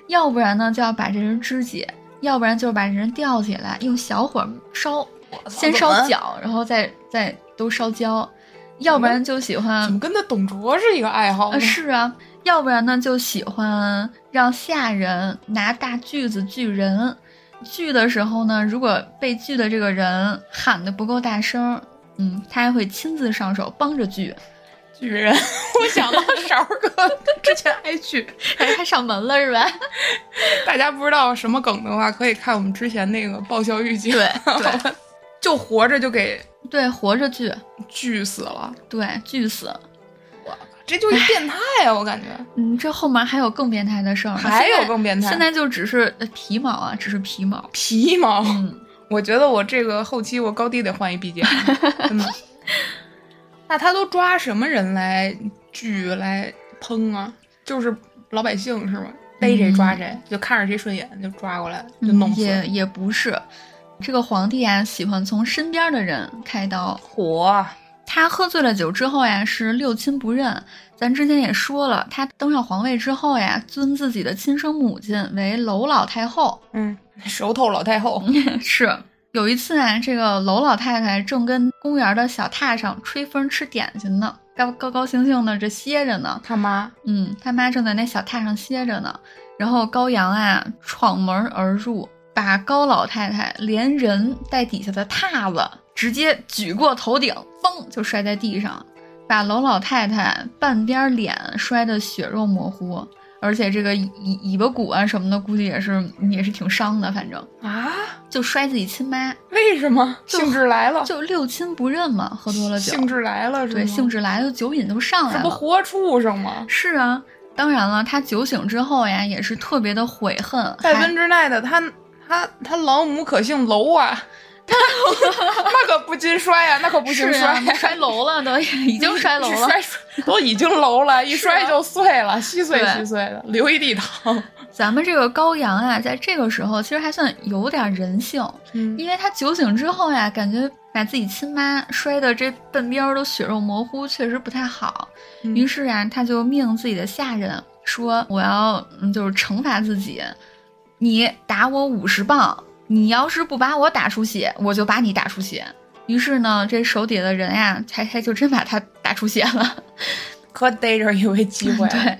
要不然呢就要把这人肢解，要不然就是把人吊起来用小火烧，先烧脚，然后再再都烧焦，要不然就喜欢怎么跟他董卓是一个爱好呢？呃，是啊，要不然呢就喜欢让下人拿大锯子锯人。锯的时候呢，如果被锯的这个人喊的不够大声，嗯，他还会亲自上手帮着锯， 巨人， 我想到勺哥之前爱剧，哎，他上门 了是吧？大家不知道什么梗的话，可以看我们之前那个《爆笑御姐》。 对对就活着就给 对，活着锯，锯死了，对，锯死。这就是一变态啊！我感觉嗯，这后面还有更变态的事儿呢， 还现有在更变态。现在就只是呃皮毛啊，只是 皮毛。皮毛，嗯，我觉得我这个后期我高低得换一 BGM，真的。那他都抓什么人来锯来烹啊？就是老百姓是吗？逮谁抓谁，就看着谁顺眼就抓过来就弄嗯死。也也不是，这个皇帝啊，喜欢从身边的人开刀。火，他喝醉了酒之后呀，是六亲不认。咱之前也说了，他登上皇位之后呀，尊自己的亲生母亲为娄老太后。 嗯，熟透老太后，是有一次啊，这个娄老太太正跟公园的小榻上吹风吃点心呢，高高高兴兴的这歇着呢。他妈嗯，他妈正在那小榻上歇着呢。然后高阳啊，闯门而入，把高老太太连人带底下的榻子直接举过头顶，嘣就摔在地上，把娄老太太半边脸摔得血肉模糊，而且这个尾尾巴骨啊什么的，估计也是也是挺伤的，反正啊？就摔自己亲妈，为什么就兴致来了？就六亲不认嘛，喝多了酒，哦兴致来了是吗？对兴致来了，酒瘾都上来这了，不活畜生吗？是啊，当然了，他酒醒之后呀，也是特别的悔恨。在还温之奈的他他他老母可姓楼啊， 那可不禁摔呀、那可不禁是啊摔，嗯那摔楼了都，已经摔楼了。摔摔都已经楼 了，一摔就碎了，稀碎啊对稀碎的，流一地汤。咱们这个高阳啊，在这个时候其实还算有点人性，嗯，因为他酒醒之后呀，感觉把自己亲妈摔的这半边儿都血肉模糊，确实不太好。于是啊，他就命自己的下人说：“我要嗯，就是惩罚自己，你打我五十棒，你要是不把我打出血，我就把你打出血。”于是呢，这手底下的人呀、才才就真把他打出血了。可逮着一回机会啊了。 对，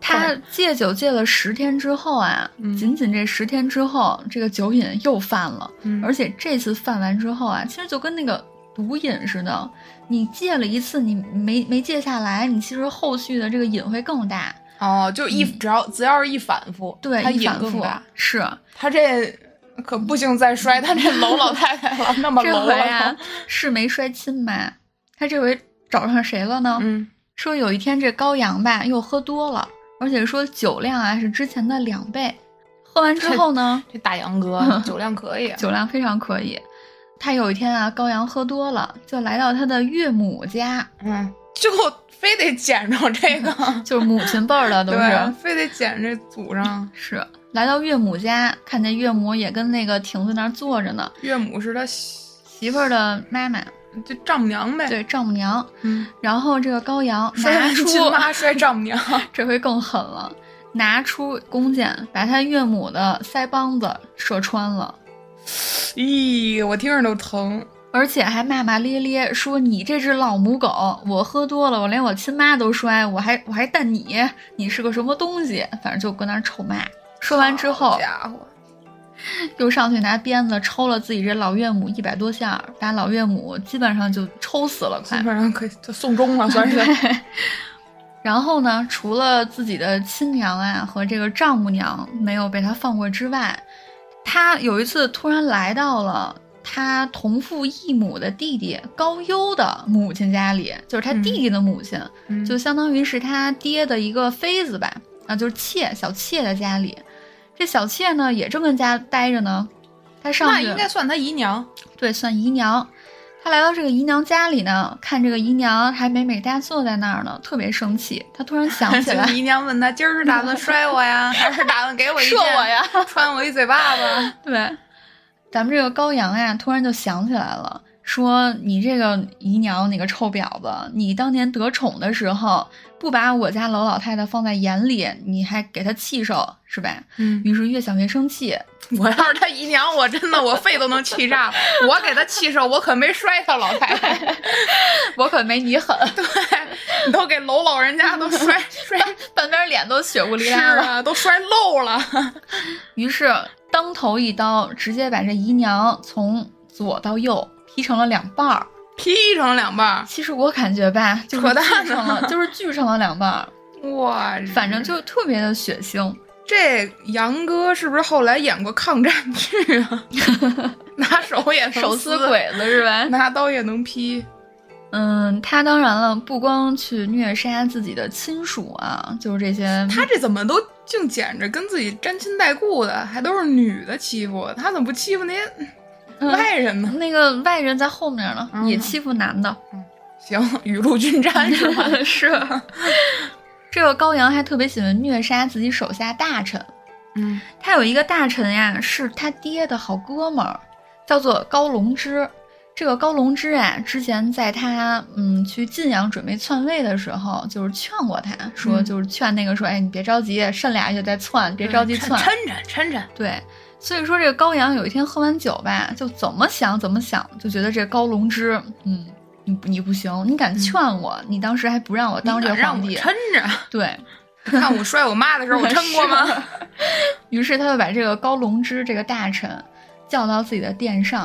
他戒酒戒了十天之后啊，嗯仅仅这十天之后，这个酒瘾又犯了。嗯，而且这次犯完之后啊，其实就跟那个毒瘾似的，你戒了一次，你没没戒下来，你其实后续的这个瘾会更大。哦，就一只要只要是一反复，嗯对，他一瘾反更复大。啊是他这可不行，再摔他这楼老太太了，那么这楼回了。啊， 是没摔亲妈，他这回找上谁了呢？嗯，说有一天这高阳吧又喝多了，而且说酒量啊是之前的两倍，喝完之 后呢，这大杨哥酒量可以。嗯啊酒量非常可以。他有一天啊，高阳喝多了，就来到他的岳母家，嗯，就非得捡着这个，就是母亲辈儿的 都对，啊是。啊非得捡这祖 上。是来到岳母家，看见岳母也跟那个婷子那儿坐着呢，岳母是他媳媳妇儿的妈妈。就丈母娘呗。对丈母娘。嗯，然后这个高阳拿 摔出亲妈摔丈母娘，这回更狠了，拿出弓箭把他岳母的腮帮子射穿了，咦，我听着都疼。而且还骂骂咧咧说：“你这只老母狗，我喝多了，我连我亲妈都摔，我还我还瞪你，你是个什么东西？”反正就跟那儿臭骂。 说完之好后，家伙，又上去拿鞭子抽了自己这老岳母一百多下儿，把老岳母基本上就抽死了，快基。本上可以就送终了，算是。 然后呢，除了自己的亲娘啊和这个丈母娘没有被他放过之外，他有一次突然来到了他同父异母的弟弟高优的母亲家里，就是他弟弟的母亲，嗯就相当于是他爹的一个妃子吧，啊，就是妾小妾的家里。这小妾呢也正跟家待着呢，他上那去应该算他姨娘。对，算姨娘。她来到这个姨娘家里呢，看这个姨娘还美美哒坐在那儿呢，特别生气。她突然 想起 来就，姨娘问 他今儿是打算摔我呀，还是打算给我一射箭我呀，穿我一嘴巴子？ 对，咱们这个高阳呀，突然就想起来了，说你这个姨娘，你个臭婊子，你当年得宠的时候，不把我家老老太太放在眼里，你还给她气受，是吧？嗯，于是越想越生气， 我要是他姨娘，我真的我肺都能气炸了。我给他气受，我可没摔他老太太，我可没你狠，你都给楼老人家都 摔摔半边脸都血不是淋漓了。啊，都摔漏了。于是当头一刀，直接把这姨娘从左到右劈成了两半儿。劈成两半儿，其实我感觉吧，就是扯淡锯呢成了，就是锯成了两半儿，哇！反正就特别的血腥。这杨哥是不是后来演过抗战剧啊？ 拿手也能手撕，鬼子是 吧？拿刀也能劈。嗯，他当然了，不光去虐杀自己的亲属啊，就是这些。他这怎么都净捡着跟自己沾亲带故的，还都是女的欺负他，怎么不欺负那些嗯外人呢？ 那个外人在后面呢，嗯哎也欺负男的，行，雨露均沾是 吧？是。这个高阳还特别喜欢虐杀自己手下大臣，嗯，他有一个大臣呀，是他爹的好哥们儿，叫做高隆之。这个高隆之啊，之前在他嗯去晋阳准备篡位的时候，就是劝过他说，嗯就是劝那个说，哎，你别着急，剩俩月再篡，别着急嗯抻篡。抻抻抻，对，所以说这个高阳有一天喝完酒吧，就怎么想怎么想，就觉得这高隆之，嗯，你不你不行，你敢劝我，你当时还不让我当这嗯你个敢让皇我帝，抻着， 对，看我摔我妈的 时候我抻过 吗？于是他就把这个高隆之这个大臣叫到自己的殿上。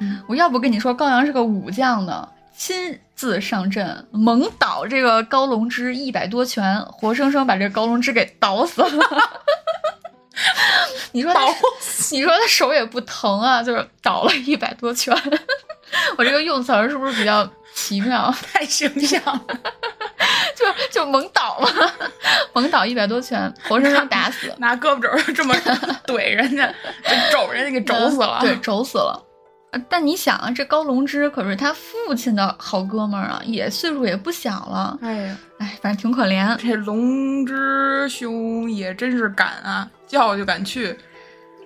嗯我要不跟你说，高阳是个武将呢，亲自上阵猛倒这个高隆之一百多拳，活生生把这个高隆之给倒死了。 你说他倒 你说他手也不疼啊，就是倒了一百多拳。 我这个用词儿是不是比较奇妙？ 太形象了，就就猛倒嘛， 猛倒一百多拳，活生生打死。拿胳膊肘儿这 么怼人家，就肘人家 给肘死了。嗯对，，肘死了。呃但你想啊，这高隆之可是他父亲的好哥们儿啊，也岁数也不小了，哎呀，哎，反正挺可怜。这龙之兄也真是敢啊，叫就敢去。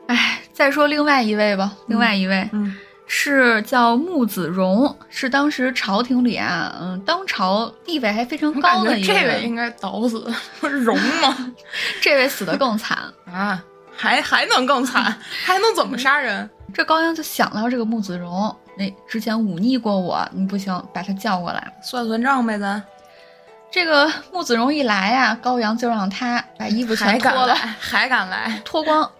哎，再说另外一位吧，另外一位、嗯，是叫穆子荣，是当时朝廷里啊，嗯，当朝地位还非常我感高觉的一个这位人。应该倒死，不是荣吗？ 这位死得更惨。啊，还还能更惨，还能怎么杀人？这高阳就想到这个穆子荣，那之前忤逆过我，你不行，把他叫过来。算算账呗，咱这个穆子荣一来呀、高阳就让他把衣服全还脱敢来了，，还敢来，脱光，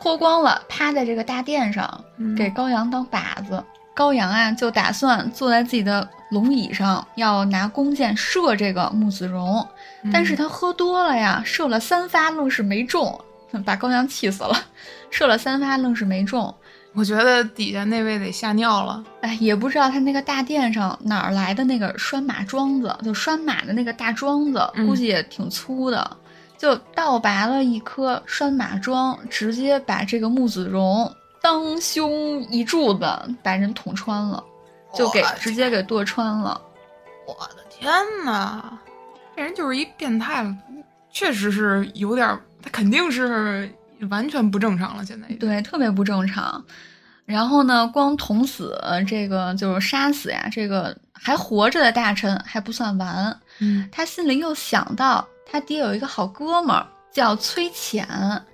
脱光了，趴在这个大殿上，给高阳当靶子。高阳啊，就打算坐在自己的龙椅上，要拿弓箭射这个穆子荣，嗯但是他喝多了呀，射了三发，愣是没中，把高阳气死了。 射了三发，愣是没中。我觉得底下那位得吓尿了，哎，也不知道他那个大殿上哪儿来的那个拴马桩子，就拴马的那个大桩子，嗯估计也挺粗的，就倒拔了一颗拴马桩，直接把这个穆子荣当胸一柱子把人捅穿了，就给我的直接给剁穿了。我的天呐，这人就是一变态了，确实是有点儿，他肯定是完全不正常了，现在已经对，特别不正常。然后呢，光捅死这个就是杀死呀，这个还活着的大臣还不算完，嗯他心里又想到他爹有一个好哥们儿叫崔潜，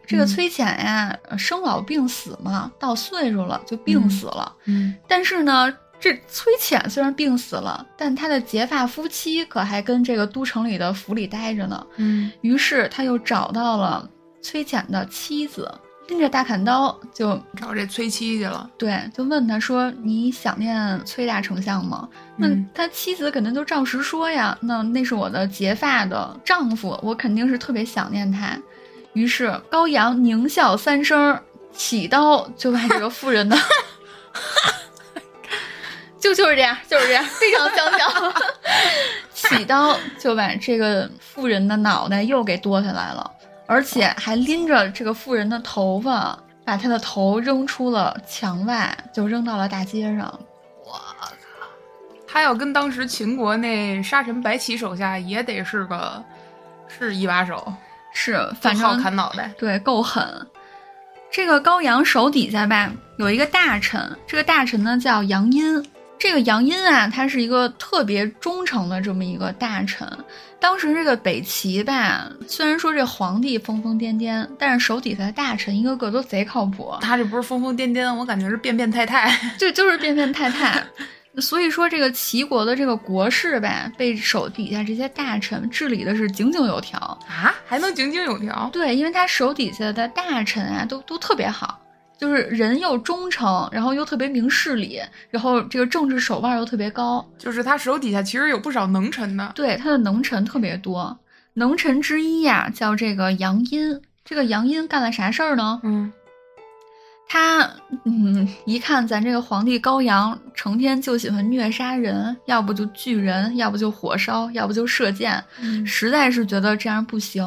这个嗯崔潜呀、呃生老病死嘛，到岁数了就病嗯死了。嗯但是呢，这崔潜虽然病死了，但他的结发夫妻可还跟这个都城里的府里待着呢。嗯于是他又找到了崔潜的妻子，拎着大砍刀就找这崔七去了，对，就问他说：“你想念崔大丞相吗？”那嗯他妻子肯定就照实说呀，那那是我的结发的丈夫，我肯定是特别想念他。于是高阳狞笑三声，起刀就把这个妇人的， 就就是这样，就是这样，非常相像。 起刀就把这个妇人的脑袋又给剁下来了，而且还拎着这个妇人的头发，把她的头扔出了墙外，就扔到了大街上。他要跟当时秦国那沙尘白起手下也得是个是一把手，是，反就好正砍脑袋。对，够狠。这个高阳手底下吧，有一个大臣，这个大臣呢叫杨殷。这个杨殷啊，他是一个特别忠诚的这么一个大臣。当时这个北齐吧，虽然说这皇帝疯疯癫癫，但是手底下的大臣一个个都贼靠谱，他这不是疯疯癫癫，我感觉是变变态态。对，就是变变态态。所以说，这个齐国的这个国事吧，被手底下这些大臣治理的是井井有条。啊，还能井井有条？对，因为他手底下的大臣啊，都都特别好，就是人又忠诚，然后又特别明事理，然后这个政治手腕又特别高。就是他手底下其实有不少能臣的。对，他的能臣特别多，能臣之一呀、叫这个杨殷。这个杨殷干了啥事儿呢？嗯，他嗯，一看咱这个皇帝高阳成天就喜欢虐杀人，要不就锯人，要不就火烧，要不就射箭，实在是觉得这样不行。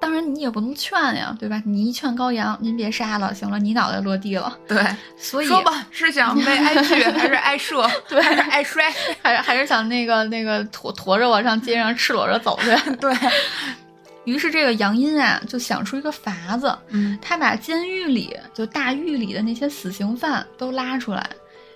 当然，你也不能劝呀，对吧？你一劝高阳，您别杀了，行了，你脑袋落地了。对。所以说 吧，是想被挨锯 还是挨射，对还是挨摔？还是还是想那个那个驮驮着我上街上赤裸着走去。 对，于是这个杨殷啊，就想出一个法子，嗯，他把监狱里就大狱里的那些死刑犯都拉出来，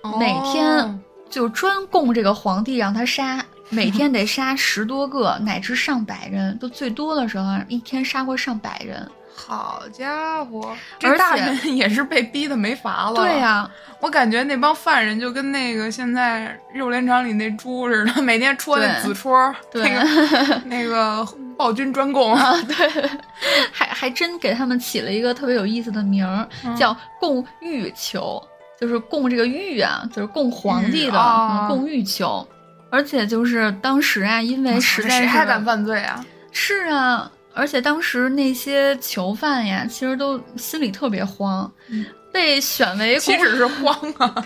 哦每天就专供这个皇帝让他杀，每天得杀十多个乃至上百人，都最多的时候啊一天杀过上百人。 好家伙，这而且大人 也是被逼的没法了。对呀、我感觉那帮犯人就跟那个现在肉联厂里那猪似的，每天戳那对子戳，对啊那 个那个暴君专供， 还还真给他们起了一个特别有意思的名儿，嗯叫供欲囚，就是供这个欲啊，就是供皇帝欲的、哦嗯供欲囚。而且就是当时啊，因为实在哦谁是还敢犯罪啊？是啊，而且当时那些囚犯呀，其实都心里特别慌，嗯被选为岂供止是慌啊，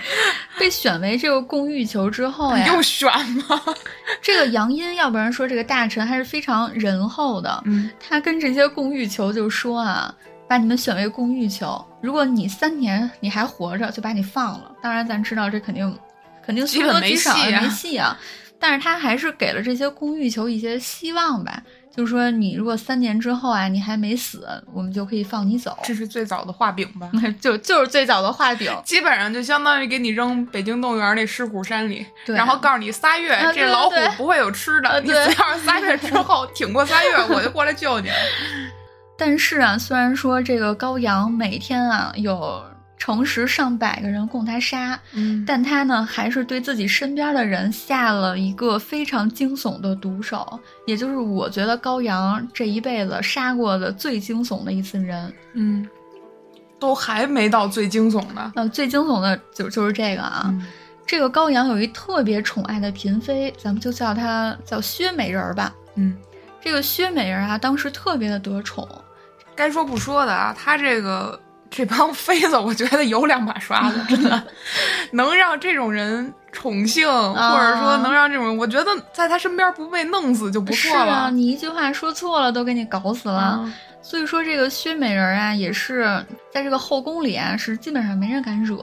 被选为这个供欲囚之后呀， 又选吗？这个杨殷，要不然说这个大臣还是非常仁厚的，嗯，他跟这些供欲囚就说啊，把你们选为供欲囚，如果你三年你还活着，就把你放了。当然，咱知道这肯定肯定基凶本多没吉少戏也啊没戏啊。但是他还是给了这些供欲囚一些希望吧，就是说你如果三年之后啊，你还没死，我们就可以放你走。这是最早的画饼吧？ 就就是最早的画饼，基本上就相当于给你扔北京动物园那狮虎山里，对然后告诉你仨月、啊对这老虎对不会有吃的，啊你对只要是仨月之后挺过仨 月，我就过来救你。但是啊，虽然说这个高阳每天啊有诚实上百个人供他杀，嗯但他呢还是对自己身边的人下了一个非常惊悚的毒手，也就是我觉得高阳这一辈子杀过的最惊悚的一次人。嗯，都还没到最惊悚的。呃，最惊悚的就就是这个啊，嗯这个高阳有一特别宠爱的嫔妃，咱们就叫她叫薛美人儿吧。嗯，这个薛美人儿啊，当时特别的得宠，该说不说的啊，他这个这帮妃子，我觉得有两把刷 子，真的能让这种人宠幸，或者说能让这种人，我觉得在他身边不被弄死就不是错了。啊，你一句话说错了都给你搞死了。嗯所以说这个薛美人儿啊，也是在这个后宫里啊，是基本上没人敢惹。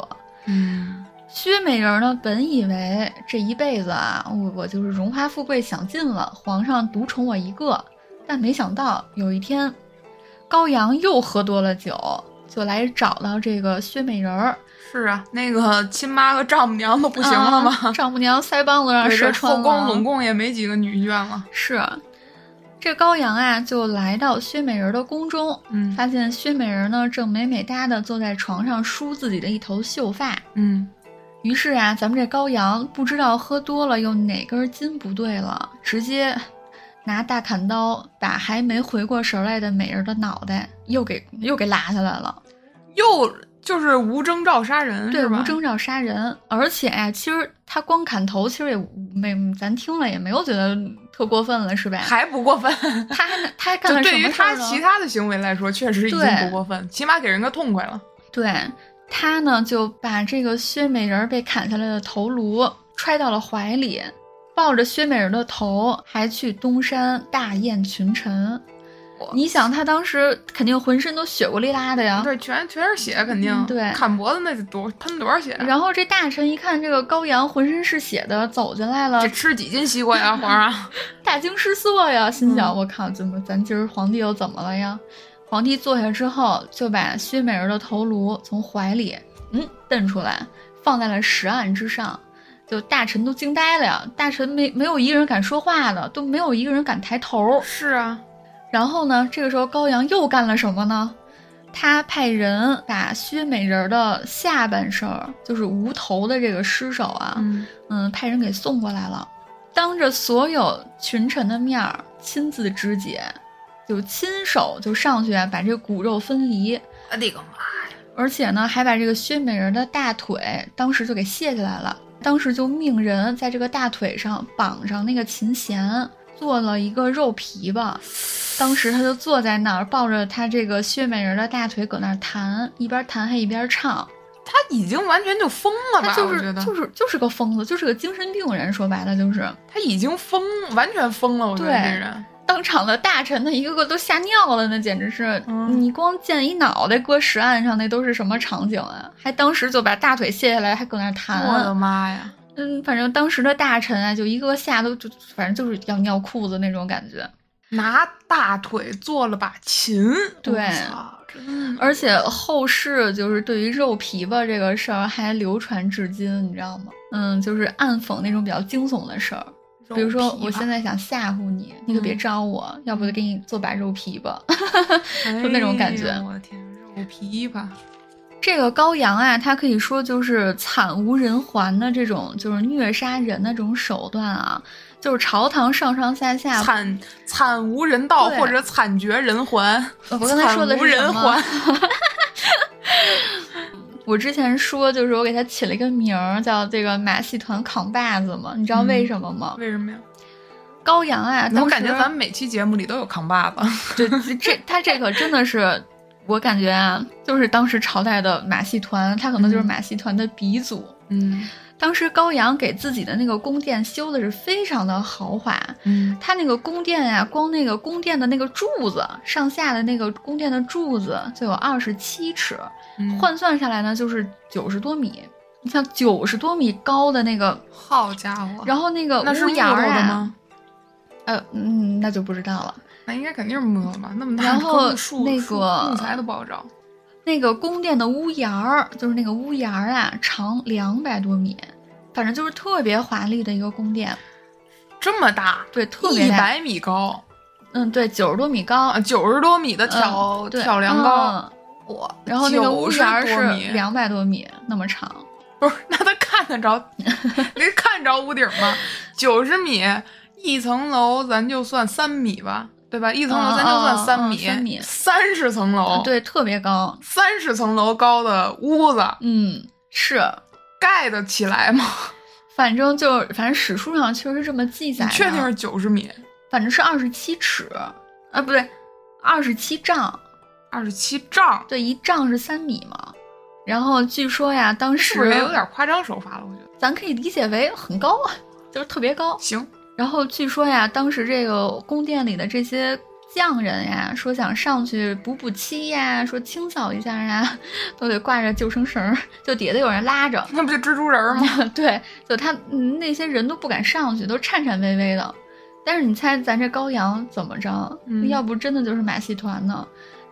嗯，薛美人儿呢，本以为这一辈子啊，我我就是荣华富贵享尽了，皇上独宠我一个，但没想到有一天，高阳又喝多了酒，就来找到这个薛美人儿，是啊，那个亲妈和丈母娘都不行了吗？ 啊丈母娘腮帮子让对射这穿后了。啊宫拢共也没几个女眷了。是，这高阳啊，就来到薛美人的宫中，嗯发现薛美人呢正美美哒的坐在床上梳自己的一头秀发。嗯，于是啊，咱们这高阳不知道喝多了又哪根筋不对了，直接拿大砍刀把还没回过神儿来的美人的脑袋又给又给拉下来了。又就是无证照杀人，对，是吧无证照杀人，而且呀、其实他光砍头，其实也无没咱听了也没有觉得特过分了，是吧？还不过分。他还能他还干就了什对于么事他儿呢？其他的行为来说，确实已经对不过分，起码给人个痛快了。对他呢，就把这个薛美人儿被砍下来的头颅揣到了怀里，抱着薛美人的头，还去东山大宴群臣哇。你想，他当时肯定浑身都血过哩啦的呀。对，全全是血，肯定。嗯对砍脖子那得多，喷多少血啊？然后这大臣一看这个高阳浑身是血的走进来了得，吃几斤西瓜 呀，啊皇上？大惊失色呀，心想：嗯我靠，怎么咱今儿皇帝又怎么了呀？皇帝坐下之后，就把薛美人的头颅从怀里嗯蹬出来，放在了石案之上。就大臣都惊呆了呀，大臣没没有一个人敢说话的，都没有一个人敢抬头。是啊，然后呢，这个时候高阳又干了什么呢？他派人把薛美人的下半身儿，就是无头的这个尸首啊，嗯，嗯，派人给送过来了，当着所有群臣的面儿亲自肢解，就亲手就上去啊，把这骨肉分离，我的啊个妈！而且呢，还把这个薛美人的大腿当时就给卸下来了，当时就命人在这个大腿上绑上那个琴弦，做了一个肉皮吧。当时他就坐在那儿，抱着他这个薛美人的大腿搁那儿弹，一边弹还一边唱。他已经完全就疯了吧？他就我觉是得就是就是个疯子，就是个精神病人，说白了就是。他已经疯，完全疯了。我觉得对这人，当场的大臣，他一个个都吓尿了，那简直是！嗯你光见一脑袋搁石案上，那都是什么场景啊？还当时就把大腿卸下来，还搁那儿我的弹。妈呀！嗯，反正当时的大臣啊，就一个个吓都就，反正就是要尿裤子那种感觉。拿大腿做了把琴，对我操，真的而且后世就是对于肉皮吧这个事儿还流传至今，你知道吗？嗯，就是暗讽那种比较惊悚的事儿，比如说我现在在想吓唬你，你可别嗯招我，要不就给你做把肉皮吧。 就就那种感觉哎我的天，肉皮吧，这个高阳啊，他可以说就是惨无人寰的这种，就是虐杀人的这种手段啊，就是朝堂上上下下，惨惨无人道，对或者惨绝人寰。呃我刚才说的惨无是什人么寰？， 我之前说就是我给他起了一个名儿叫这个马戏团扛把子嘛，你知道为什么吗？为什么呀？高阳啊，当时嗯嗯我感觉咱们每期节目里都有扛 把子。对这这他这可真的是。我感觉啊，就是当时朝代的马戏团，他可能就是嗯马戏团的鼻祖。嗯当时高阳给自己的那个宫殿修的是非常的豪华，嗯，它那个宫殿呀、光那个宫殿的那个柱子上下的那个宫殿的柱子就有二十七尺，嗯换算下来呢就是九十多米。你像九十多米高的那个，好家伙，然后那个那是屋木檐头儿的啊，吗？呃，嗯，那就不知道了。那应该肯定是木头的吧？那么大然棵后树，那树个木材都不好找。那个宫殿的屋檐儿，就是那个屋檐儿啊，长两百多米，反正就是特别华丽的一个宫殿，这么大，对，特别一大。百米高嗯，对，九十多米高啊，，九十多米的挑嗯对挑梁高，嗯我然后那个屋檐儿90多是米哦两百多米那么长，不是，那他看得着，那看着屋顶吗？九十米一层楼，咱就算三米吧，对吧？一层楼咱就算三嗯嗯嗯三米三十层楼，，啊对，特别高。三十层楼高的屋子嗯，是，盖得起来吗？ 反正就反正史书上确实是这么记载你的。确定是九十米？反正是二十七尺，啊，不对，二十七丈，二十七丈，对，一丈是三米嘛。然后据说呀，当时是不是有点夸张手法了？我觉得咱可以理解为很高啊，就是特别高。行，然后据说呀，当时这个宫殿里的这些匠人呀，说想上去补补漆呀，说清扫一下呀，都得挂着救生绳儿，就底下得有人拉着。那不就蜘蛛人吗？ 对，就他嗯那些人都不敢上去，都颤颤巍巍的。但是你猜咱这高阳怎么着？嗯要不真的就是马戏团呢？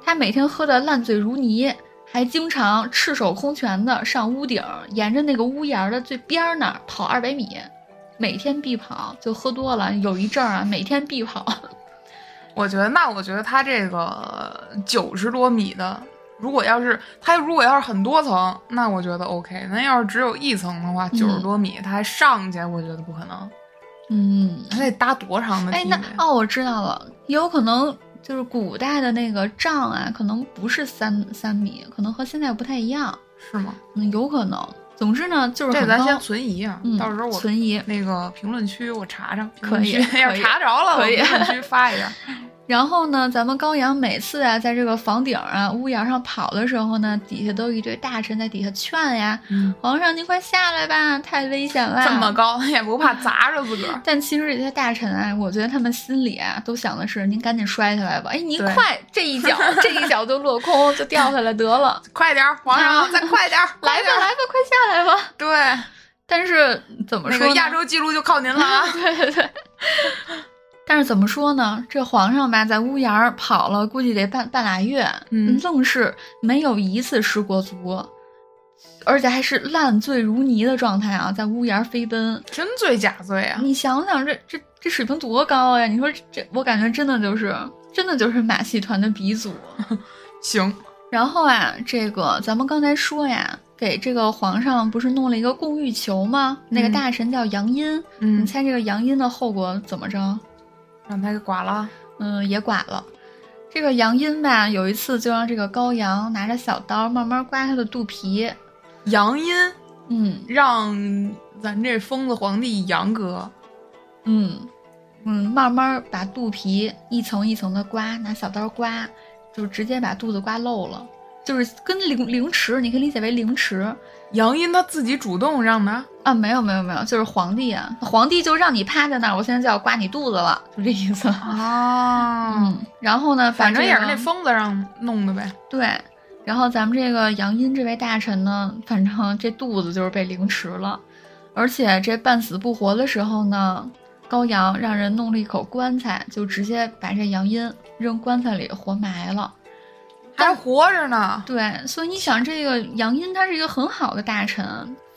他每天喝得烂醉如泥，还经常赤手空拳的上屋顶，沿着那个屋檐的最边儿那儿跑二百米，每天必跑，就喝多了有一阵儿啊，每天必跑。 我觉得，那我觉得他这个九十多米的，如果要是他如果要是很多层，那我觉得 OK。那要是只有一层的话，九十多米他还上去，我觉得不可能。嗯，他得搭多长的哎，梯那子呀？哦，我知道了，也有可能就是古代的那个丈啊，可能不是三三米，可能和现在不太一样，是吗？嗯，有可能。总之呢，就是这很咱高，先存疑啊，嗯，到时候我存疑。那个评论区我查查，评可论以区要可以查着了，我可以评论区发一下。 然后呢，咱们高阳每次啊，在这个房顶啊、屋檐上跑的时候呢，底下都有一堆大臣在底下劝呀嗯：“皇上，您快下来吧，太危险了。”这么高也不怕砸着自个儿。但其实这些大臣啊，我觉得他们心里啊，都想的是您赶紧摔下来吧，哎，您对快这一脚这一脚就落空，就掉下来得了，快点儿，皇上， 啊再快点儿，来 快吧点儿来吧，快下来吧。对，但是怎么那说个呢？！亚洲纪录就靠您了啊 对对对。但是怎么说呢？这皇上吧，在屋檐儿跑了，估计得半半拉月，嗯愣是没有一次失国足，而且还是烂醉如泥的状态啊，在屋檐儿飞奔。真醉假醉啊！你想想这，这这水平多高呀！啊你说这，这我感觉真的就是，真的就是马戏团的鼻 祖。行，然后啊，这个咱们刚才说呀，给这个皇上不是弄了一个供浴球吗？那个嗯大臣叫杨殷，你嗯，猜这个杨殷的后果怎么着？让他给剐了。嗯，也剐了。这个杨殷吧，有一次就让这个高阳拿着小刀慢慢刮他的肚皮。杨殷嗯让咱这疯子皇帝杨哥，嗯嗯，慢慢把肚皮一层一层的刮，拿小刀刮，就直接把肚子刮漏了，就是跟凌凌迟，你可以理解为凌迟杨殷他自己主动让的，啊。没有没有没有，就是皇帝啊，皇帝就让你趴在那儿，我现在就要刮你肚子了，就这意思。哦，嗯，然后呢，反正也是那那疯子让弄的呗。对，然后咱们这个杨殷这位大臣呢，反正这肚子就是被凌迟了，而且这半死不活的时候呢，高阳让人弄了一口棺材，就直接把这杨殷扔棺材里活埋了。还活着呢，对，所以你想，这个杨殷他是一个很好的大臣，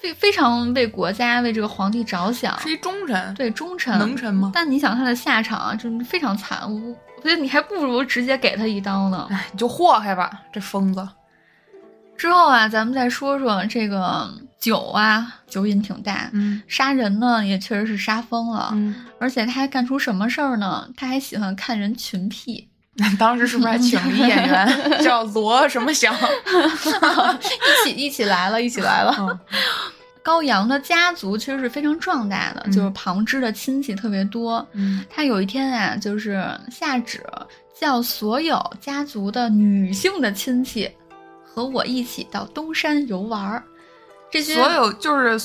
非非常为国家为这个皇帝着想，是一忠臣，对忠臣能臣吗？但你想他的下场啊真是非常惨无，我觉得你还不如直接给他一刀呢。哎，你就祸害吧，这疯子。之后啊，咱们再说说这个酒啊，酒瘾挺大，嗯杀人呢也确实是杀疯了，嗯，而且他还干出什么事儿呢？他还喜欢看人群屁， 当时是不是还请了一演 员叫罗什么祥？一起一起来了，一起来了。嗯 高阳的家族其实是非常壮大的，嗯就是旁支的亲戚特别多。嗯，他有一天啊，就是下旨叫所有家族的女性的亲戚和我一起到东山游玩儿。这些所有就是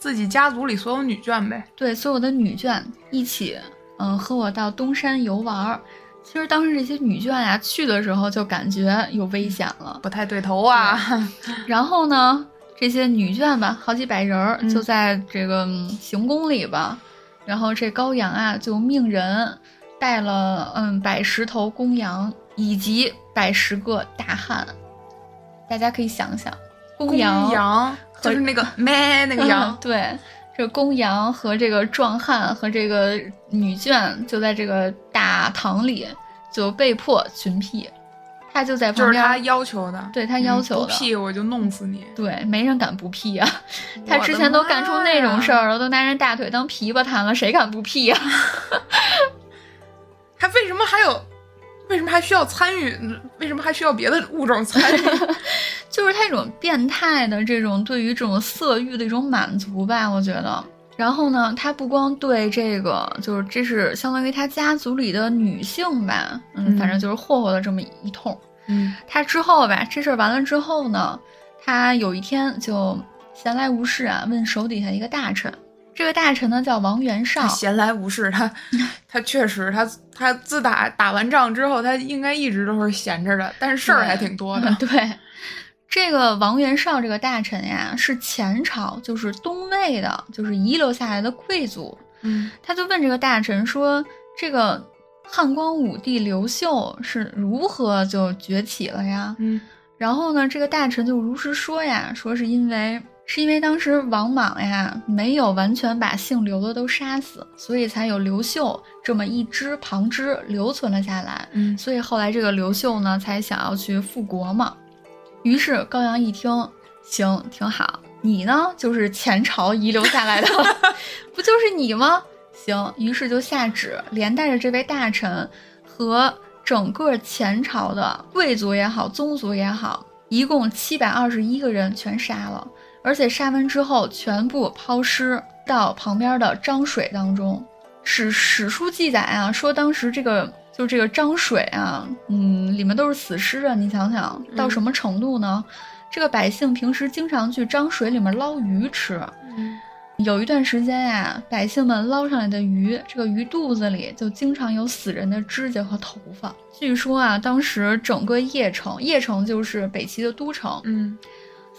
自己家族里所有女眷呗。对所有的女眷一起，嗯，和我到东山游玩儿。其实当时这些女眷呀、去的时候就感觉有危险了，不太对头啊！然后呢，这些女眷吧，好几百人儿嗯就在这个嗯行宫里吧，然后这高阳啊就命人带了嗯百十头公羊以及百十个大汉，大家可以想想，公羊，羊就是那个 咩那个羊 对，这公羊和这个壮汉和这个女眷就在这个大堂里就被迫群批，他就在就旁是边他儿，要求的，嗯对他要求不的。屁我就弄死你。对，没人敢不屁呀、他我的之前都干出那种事妈呀，儿了，都拿人大腿当琵琶弹了，谁敢不屁呀、他为什么还有？为什么还需要参与？嗯为什么还需要别的物种参与？ 就是他这种变态的这种对于这种色欲的一种满足吧，我觉得。然后呢，他不光对这个，就是这是相当于他家族里的女性吧，嗯，嗯反正就是霍霍了这么一通。嗯，他之后吧，这事儿完了之后呢，他有一天就闲来无事啊，问手底下一个大臣，这个大臣呢叫王元绍他，闲来无事， 他他确实，他他自打打完仗之后，他应该一直都是闲着的，但是事儿还挺多的 嗯。对，这个王元绍这个大臣呀，是前朝，就是东魏的，就是遗留下来的贵族。嗯，他就问这个大臣说：“这个汉光武帝刘秀是如何就崛起了呀嗯，？”然后呢，这个大臣就如实说呀，说是因为是因为当时王莽呀没有完全把姓刘的都杀死，所以才有刘秀这么一支旁支留存了下来。嗯所以后来这个刘秀呢，才想要去复国嘛。于是高阳一听，行，挺好，你呢就是前朝遗留下来的， 不就是你吗？行，于是就下旨，连带着这位大臣和整个前朝的贵族也好，宗族也好，一共七百二十一个人全杀了，而且杀完之后全部抛尸到旁边的漳水当中。史史书记载啊，说当时这个就这个漳水啊，嗯，里面都是死尸啊，你想想到什么程度呢？这个百姓平时经常去漳水里面捞鱼吃，有一段时间呀、百姓们捞上来的鱼，这个鱼肚子里就经常有死人的指甲和头发。据说啊，当时整个邺城，邺城就是北齐的都城，嗯，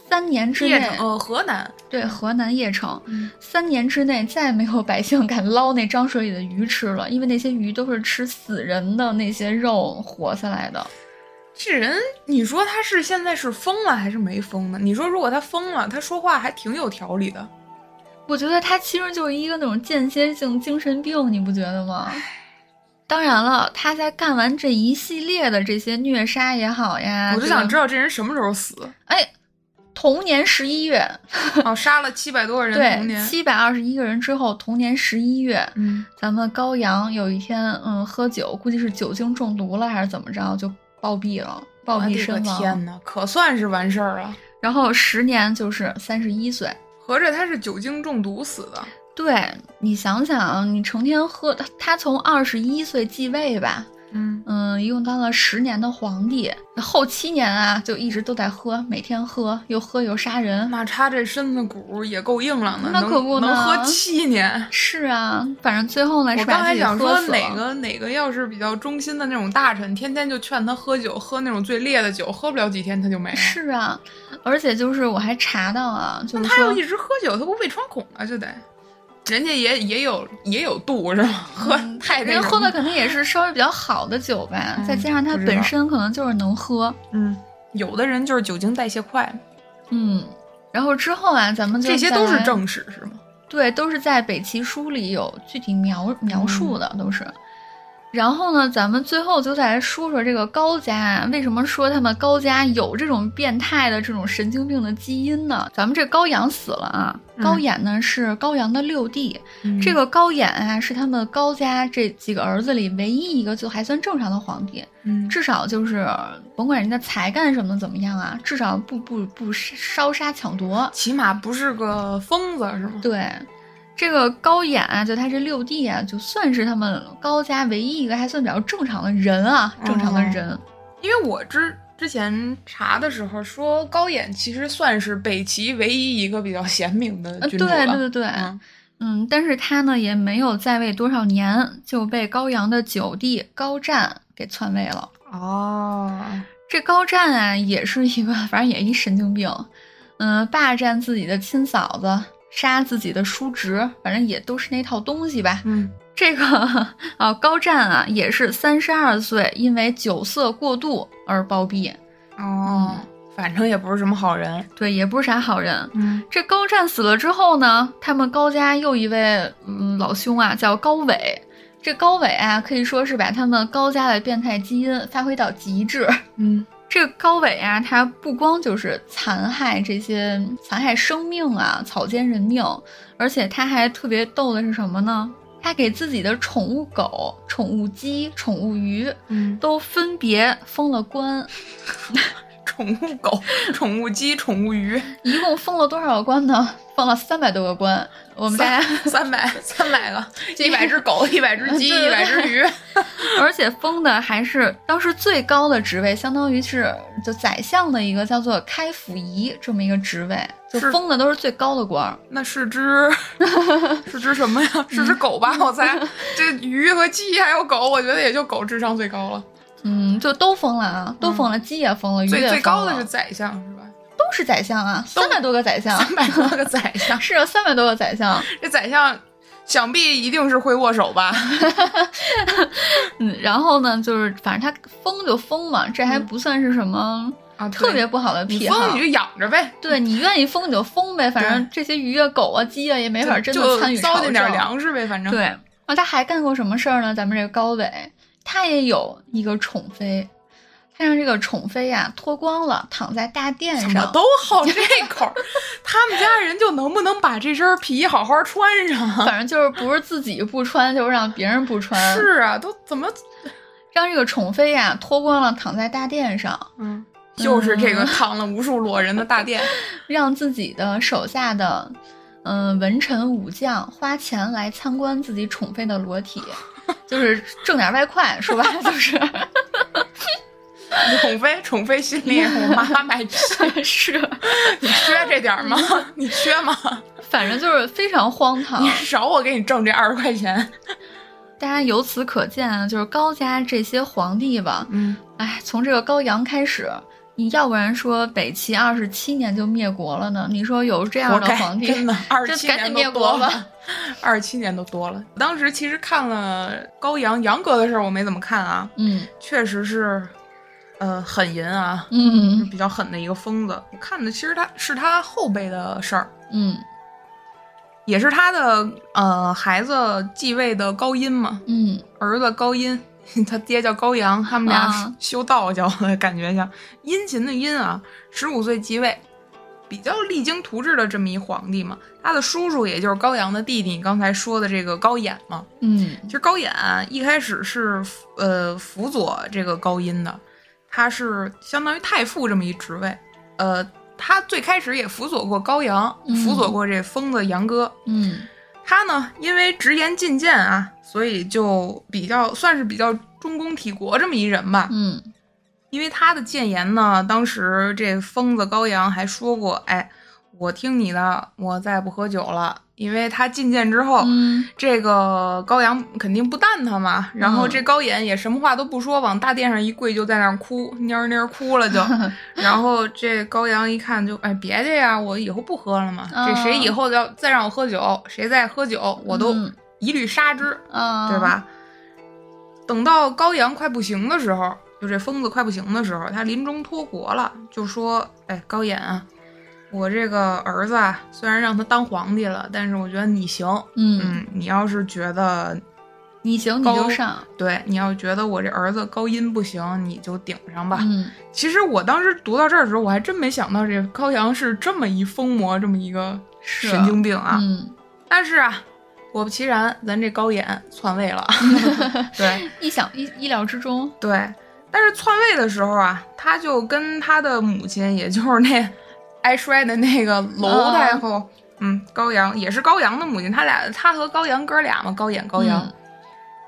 三年之叶内，城呃河南，对河南邺城，嗯三年之内再没有百姓敢捞那漳水里的鱼吃了，因为那些鱼都是吃死人的那些肉活下来的。这人你说他是现在是疯了还是没疯呢？你说如果他疯了，他说话还挺有条理的。我觉得他其实就是一个那种间歇性精神病，你不觉得吗？当然了，他在干完这一系列的这些虐杀也好呀，我就想知道，道这人什么时候 死。哎，同年十一月，哦，杀了七百多个人，童对，年。七百二十一个人之后，同年十一月，嗯，咱们高阳有一天，嗯，喝酒，估计是酒精中毒了还是怎么着，就暴毙了，暴我的毙个身亡。天哪，可算是完事儿了。然后时年就是三十一岁。合着他是酒精中毒死的。对你想想，你成天喝，他他从二十一岁继位吧，嗯，嗯，一共当了十年的皇帝，后七年啊就一直都在喝，每天喝，又喝又杀人。嗯那他这身子骨也够硬朗的，那能可不呢能喝七年。是啊，反正最后呢我是把刚自才己想喝说死哪了个哪个要是比较忠心的那种大臣，天天就劝他喝酒，喝那种最烈的酒，喝不了几天他就没了。是啊，而且就是我还查到啊，就是他要说一直喝酒，他不胃穿孔啊，就得。人家也也有也有度是吧？喝嗯太那人什喝的么肯定也是稍微比较好的酒吧，嗯再加上他不知本道身可能就是能喝，嗯，有的人就是酒精代谢快，嗯。然后之后啊，咱们就这些再都是来正史是吗？对，都是在北齐书里有具体描描嗯述的，都是。然后呢，咱们最后就再来说说这个高家，啊为什么说他们高家有这种变态的这种神经病的基因呢？咱们这高阳死了啊，嗯高衍呢是高阳的六弟，嗯这个高衍啊是他们高家这几个儿子里唯一一个就还算正常的皇帝，嗯至少就是甭管人家才干什么怎么样啊，至少不不不烧杀抢夺，起码不是个疯子是吗？对，这个高演啊，就他这六弟啊，就算是他们高家唯一一个还算比较正常的人啊，正常的人。哦因为我之之前查的时候说，高演其实算是北齐唯一一个比较贤明的呃君对主了。对对对，嗯嗯，但是他呢也没有在位多少年，就被高阳的九弟高湛给篡位了。哦，这高湛啊，也是一个，反正也一神经病，嗯，霸占自己的亲嫂子，杀自己的叔侄，反正也都是那套东西吧。嗯，这个啊，高湛啊，也是三十二岁，因为酒色过度而暴毙。哦，反正也不是什么好人。对，也不是啥好人。嗯这高湛死了之后呢，他们高家又一位嗯老兄啊，叫高伟。这高伟啊，可以说是把他们高家的变态基因发挥到极致。嗯这个高伟啊，他不光就是残害这些残害生命啊，草菅人命，而且他还特别逗的是什么呢？他给自己的宠物狗、宠物鸡、宠物鱼嗯，都分别封了官，宠物狗、 宠物鸡、宠物鱼，一共封了多少个官呢？封了三百多个官。我们大家， 三百三百个，一百只狗，一百只 鸡，对对对一百只鱼。而且封的还是当时最高的职位，相当于是就宰相的一个叫做开府仪这么一个职位，就是封的都是最高的官儿。那是 只是只什么呀？是只狗嗯吧？我猜这鱼和鸡还有狗，我觉得也就狗智商最高了。嗯，就都封了啊，都封了，鸡也封了，鱼也嗯最封了，最高的是宰相是 吧？都是宰相啊，三百多个宰相，三百多个宰相，是啊，三百多个宰相。这宰相想必一定是会握手吧？啊嗯，然后呢，就是反正他封就封嘛，这还嗯不算是什么，啊，对特别不好的你癖好。疯你就养着呗，对你愿意疯你就疯呗，反正对这些鱼啊、狗啊、鸡啊也没法真的就参与糟朝践点政。粮食呗，反正对，啊，他还干过什么事儿呢？咱们这个高伟，他也有一个宠妃，他让这个宠妃呀、脱光了躺在大殿怎么上，都好这 口儿，他们家人就能不能把这身皮衣好好穿上？反正就是不是自己不穿，就是让别人不穿，是啊，都怎么让这个宠妃呀、脱光了躺在大殿上，嗯，就是这个躺了无数裸人的大殿，让自己的手下的。嗯，文臣武将花钱来参观自己宠妃的裸体，就是挣点外快，说白了就是。 宠妃宠妃心里我妈买批， 是，你缺这点儿吗？你缺吗？反正就是非常荒唐你。少我给你挣这二十块钱。大家由此可见啊，就是高家这些皇帝吧， 嗯，哎，从这个高阳开始，你要不然说北齐二十七年就灭国了呢？你说有这样活的该，皇帝，真的二十这七赶紧年灭都国多吧了，二十七年都多了。当时其实看了高阳杨哥的事儿，我没怎么看啊，嗯确实是，呃，很淫啊，嗯比较狠的一个疯子。我看的其实他是他后辈的事儿，嗯也是他的呃孩子继位的高音嘛，嗯，儿子高音， 他爹叫高阳，他们俩啊修道教的感觉像殷勤的殷啊。十五岁即位，比较励精图治的这么一皇帝嘛。他的叔叔也就是高阳的弟弟，你刚才说的这个高演嘛。嗯其实高演啊一开始是呃辅佐这个高音的，他是相当于太傅这么一职位。呃，他最开始也辅佐过高阳，嗯辅佐过这疯子杨哥。嗯他呢，因为直言进谏啊，所以就比较算是比较忠公体国这么一人吧。嗯因为他的谏言呢，当时这疯子高阳还说过：“哎，我听你的，我再不喝酒了。”因为他进谏之后，嗯这个高阳肯定不淡他嘛，然后嗯这高演也什么话都不说，往大殿上一跪，就在那儿哭，蔫儿蔫儿哭 了就。然后这高阳一看就，哎，别介呀，我以后不喝了嘛。嗯这谁以后要再让我喝酒，谁再喝酒，我都嗯一律杀之，啊，对？吧？等到高阳快不行的时候，就这疯子快不行的时候，他临终托国了，就说，哎，高演啊，我这个儿子啊，虽然让他当皇帝了，但是我觉得你行，嗯，嗯，你要是觉得你行你就高上，对，你要觉得我这儿子高音不行，你就顶上吧。嗯其实我当时读到这儿的时候，我还真没想到这高阳是这么一疯魔，这么一个是神经病啊。嗯，但是啊，果不其然，咱这高 演篡位了。嗯对意想意意料之中，对，但是篡位的时候啊，他就跟他的母亲，也就是那挨摔的那个楼太后，嗯，高阳也是高阳的母亲，他俩他和高阳哥俩嘛，高演高阳。嗯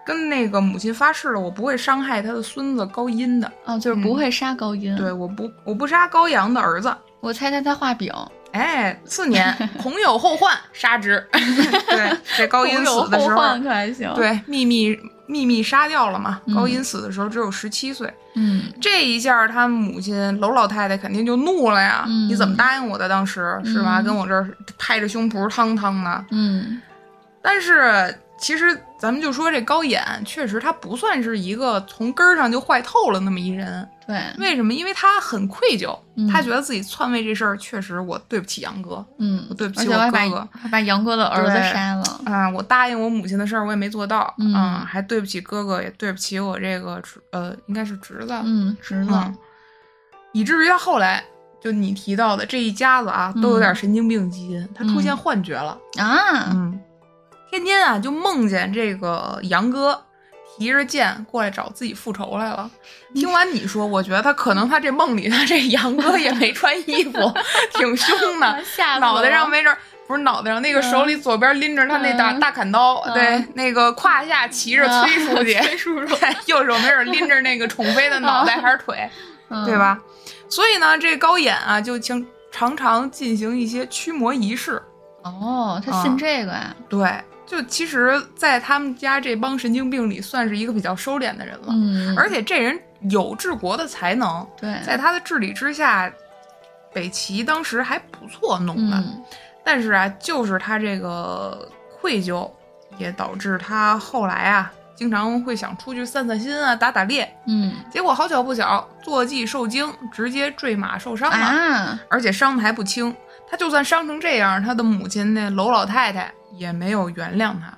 跟那个母亲发誓了，我不会伤害他的孙子高音的。哦，就是不会杀高音。对，我不，我不杀高阳的儿子。我猜猜他画饼，哎，次年 恐有后患，杀之。 对，这高音不有死的时后候，嗯患可还行。，对，秘密秘密杀掉了嘛。嗯高音死的时候只有十七岁，嗯这一下他母亲娄老太太肯定就怒了呀！嗯你怎么答应我的？当时是吧？嗯跟我这儿拍着胸脯汤汤的。嗯但是其实咱们就说这高演，确实他不算是一个从根儿上就坏透了那么一人。对，为什么？因为他很愧疚，嗯他觉得自己篡位这事儿确实我对不起杨哥嗯，对不而起且我还把哥哥还把杨哥的儿子对杀了。啊、我答应我母亲的事儿我也没做到，嗯还对不起哥哥，也对不起我这个侄呃应该是侄子，嗯，侄子，嗯以至于他后来就你提到的这一家子啊，都有嗯点神经病基因，他出现幻觉了，啊，嗯，天天啊就梦见这个杨哥提着剑过来找自己复仇来了。嗯听完你说，我觉得他可能他这梦里他这杨哥也没穿衣 服，挺凶的，吓死脑袋我上没准儿不是脑袋上那个手里左边拎着他那大、嗯大砍刀，嗯对，那个胯下骑着崔书 记，嗯崔叔叔， 对右手没准儿拎着那个宠妃的脑 袋还是腿，嗯对？吧？所以呢，这高演啊就经常常进行一些驱魔仪式，哦，他信这个呀？对，就其实，在他们家这帮神经病里，算是一个比较收敛的人了。嗯，而且这人有治国的才能，对，在他的治理之下，北齐当时还不错弄的。嗯但是啊，就是他这个愧疚，也导致他后来啊经常会想出去散散心啊，打打猎。嗯结果好巧不巧，坐骑受惊，直接坠马受伤了，啊，而且伤的还不轻。他就算伤成这样，他的母亲那娄老太太也没有原谅他，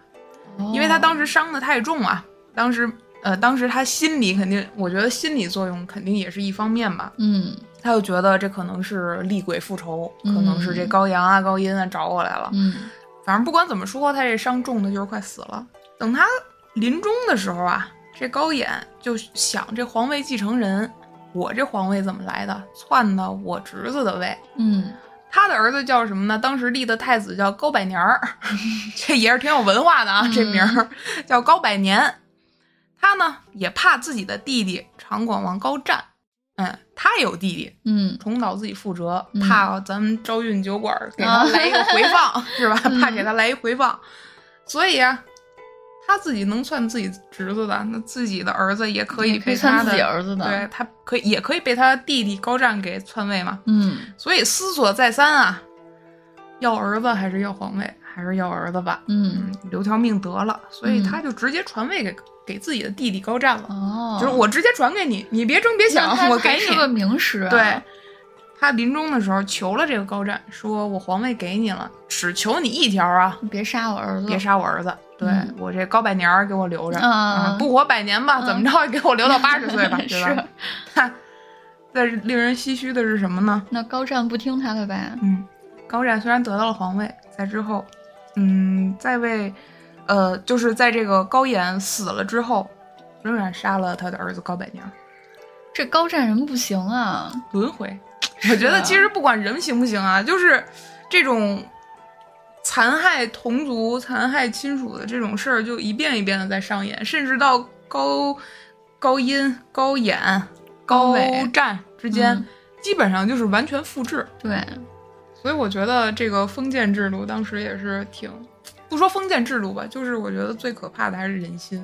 因哦为他当时伤的太重啊。当时，呃，当时他心里肯定，我觉得心理作用肯定也是一方面吧。嗯他就觉得这可能是厉鬼复仇，嗯可能是这高阳啊、高音啊找我来了。嗯反正不管怎么说，他这伤重的就是快死了。等他临终的时候啊，这高演就想这皇位继承人，我这皇位怎么来的？篡的我侄子的位。嗯他的儿子叫什么呢？当时立的太子叫高百年儿， 这也是挺有文化的嗯啊，这名儿叫高百年。他呢也怕自己的弟弟长广王高湛，嗯，他也有弟弟，嗯重蹈自己覆辙嗯，怕咱们招运酒馆给他来一个回放，是吧？嗯怕给他来一回放，所以啊，他自己能算自己侄子的，那自己的儿子也可以也可以被算他自己的，儿子的，对，他可以也可以被他弟弟高湛给篡位嘛。嗯所以思索再三啊，要儿子还是要皇位，还是要儿子吧，嗯嗯，留条命得了。所以嗯他就直接传位给给自己的弟弟高湛了，哦，就是我直接传给你，你别争别那想，他我给还你。是个名师啊，对，他临终的时候求了这个高湛，说我皇位给你了，只求你一条啊，你别杀我儿子，别杀我儿子。对、嗯我这高百年儿给我留着，啊不活百年吧，嗯怎么着也给我留到八十岁 吧，对是吧？， 但是令人唏嘘的是什么呢？那高湛不听他的呗，嗯，高湛虽然得到了皇位，在之后，嗯，在位，呃，就是在这个高演死了之后，仍然杀了他的儿子高百年儿，这高湛人不行啊，轮回。是 我觉得啊其实不管人行不行啊，就是这种残害同族、残害亲属的这种事儿，就一遍一遍的在上演，甚至到高高音、高演、高高伟湛之间，嗯基本上就是完全复制。对，所以我觉得这个封建制度当时也是挺，不说封建制度吧，就是我觉得最可怕的还是人心。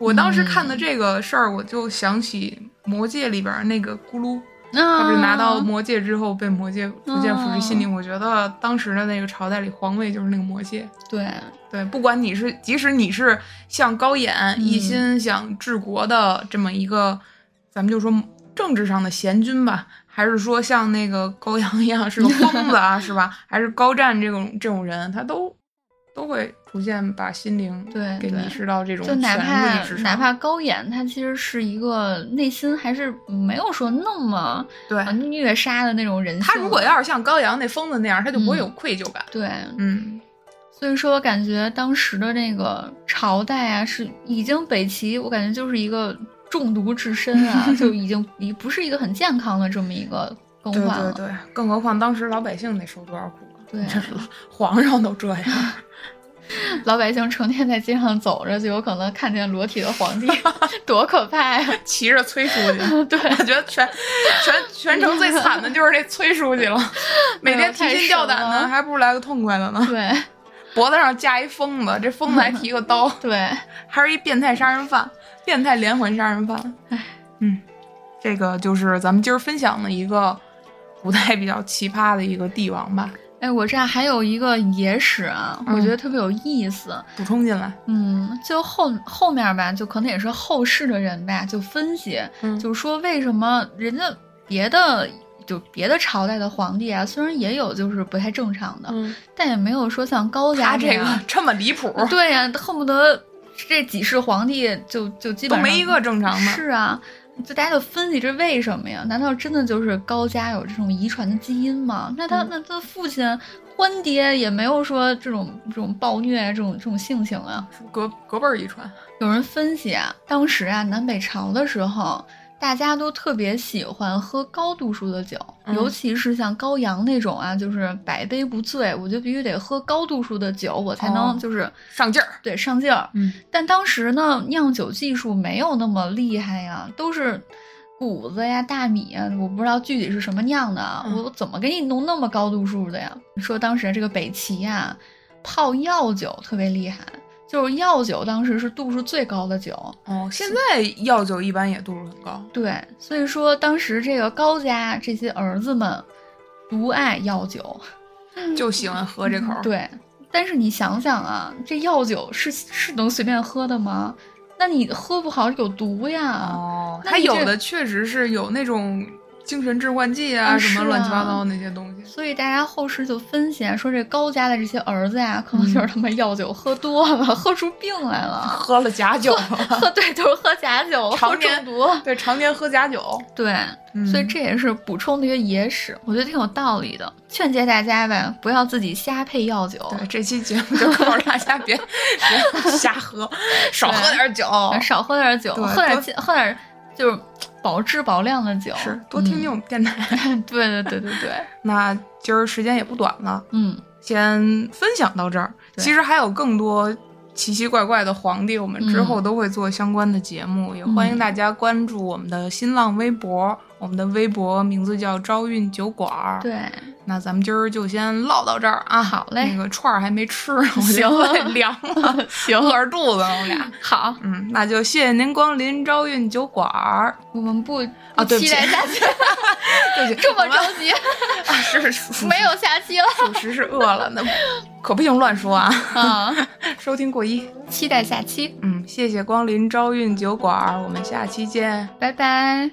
我当时看的这个事儿，我就想起《魔戒》里边儿那个咕噜那他不是拿到魔戒之后被魔戒逐渐腐蚀心灵。我觉得当时的那个朝代里，皇位就是那个魔戒。对，对，不管你是，即使你是像高演、嗯一心想治国的这么一个，咱们就说政治上的贤君吧，还是说像那个高阳一样是个疯子 啊，是吧？还是高湛这种这种人，他都都会逐渐把心灵对给对迷失到这种就权哪怕力之上，哪怕高演他其实是一个内心还是没有说那么对啊虐杀的那种人性，他如果要是像高阳那疯子那样，他就不会有愧疚感。对，嗯所以说我感觉当时的那个朝代啊，是已经北齐，我感觉就是一个中毒至深啊， 就已经已不是一个很健康的这么一个更对换了对，对，更何况当时老百姓得受多少苦啊！ 对这老皇上都这样， 老百姓成天在街上走着，就有可能看见裸体的皇 帝，多可怕呀！ 骑着崔书记，对，我觉得全全全城最惨的就是这崔书 记了，每天提心吊胆哎太神的，了还不如来个痛快的呢。对脖子上架一疯子，这疯子还提个 刀，对，还是一变态杀人犯，变态连环杀人犯。嗯，这个就是咱们今儿分享的一个古代比较奇葩的一个帝王吧，哎，我这儿还有一个野史啊，我嗯觉得特别有意思。补充进来。嗯，就后后面吧，就可能也是后世的人吧，就分析，嗯就是说为什么人家别的就别的朝代的皇帝啊，虽然也有就是不太正常的，嗯，但也没有说像高家他这个样。 这么离谱，对呀、恨不得这几世皇帝就就基都本上没一个正常的。是啊，就大家就分析这为什么呀？难道真的就是高家有这种遗传的基因吗？那他、嗯那他父亲欢爹也没有说这种这种暴虐啊，这种这种性情啊。隔隔辈儿遗传。有人分析啊，当时啊南北朝的时候，大家都特别喜欢喝高度数的酒，嗯尤其是像高阳那种啊，就是百杯不醉，我就必须得喝高度数的酒，我才能哦就是、上劲儿。对上劲儿。嗯，但当时呢，酿酒技术没有那么厉害呀，都是谷子呀、大米呀，我不知道具体是什么酿的啊，嗯我怎么给你弄那么高度数的呀？说当时这个北齐呀，泡药酒特别厉害，就是药酒当时是度数最高的酒。哦，现在药酒一般也度数很高。对，所以说当时这个高家这些儿子们独爱药酒，哦嗯就喜欢喝 这口。，对，但是你想想啊，这药酒是是能随便喝的吗？那你喝不好有毒呀。哦，那它你这有的确实是有那种精神致幻剂啊，啊什是啊么乱七八糟的那些东西。所以大家后世就分析啊，说这高家的这些儿子呀，可能就是他们药酒喝多了， 喝出病 来了， 喝了假酒，喝对，就是喝假酒，喝常中年毒。 对，常年喝假酒，对，嗯所以这也是补充的一个野史，我觉得挺有道理的。劝诫大家呗，不要自己瞎配药酒，对这期节目就告诉大家 别别瞎喝，少喝点酒，少喝点酒，对喝点多健喝点就是保质保量的酒，是多听听我们电台。嗯。对对对对对，那今儿时间也不短了，嗯，先分享到这儿。对其实还有更多奇奇怪怪的皇帝，我们之后都会做相关的节目，也欢迎大家关注我们的新浪微博。我们的微博名字叫“朝韵酒馆”。，对，那咱们今儿就先唠到这儿啊。好嘞那个串儿还没吃呢，我行觉得凉了， 行饿着肚子了，我俩。好，嗯，那就谢谢您光临朝韵酒馆儿。我们不啊对不期起待下期，对 不起， 这么着急，啊，是 属没有下期了属实是饿了，那可不行乱说啊，啊， 收听过一。期待下期，嗯，谢谢光临朝韵酒馆儿，我们下期见。拜拜。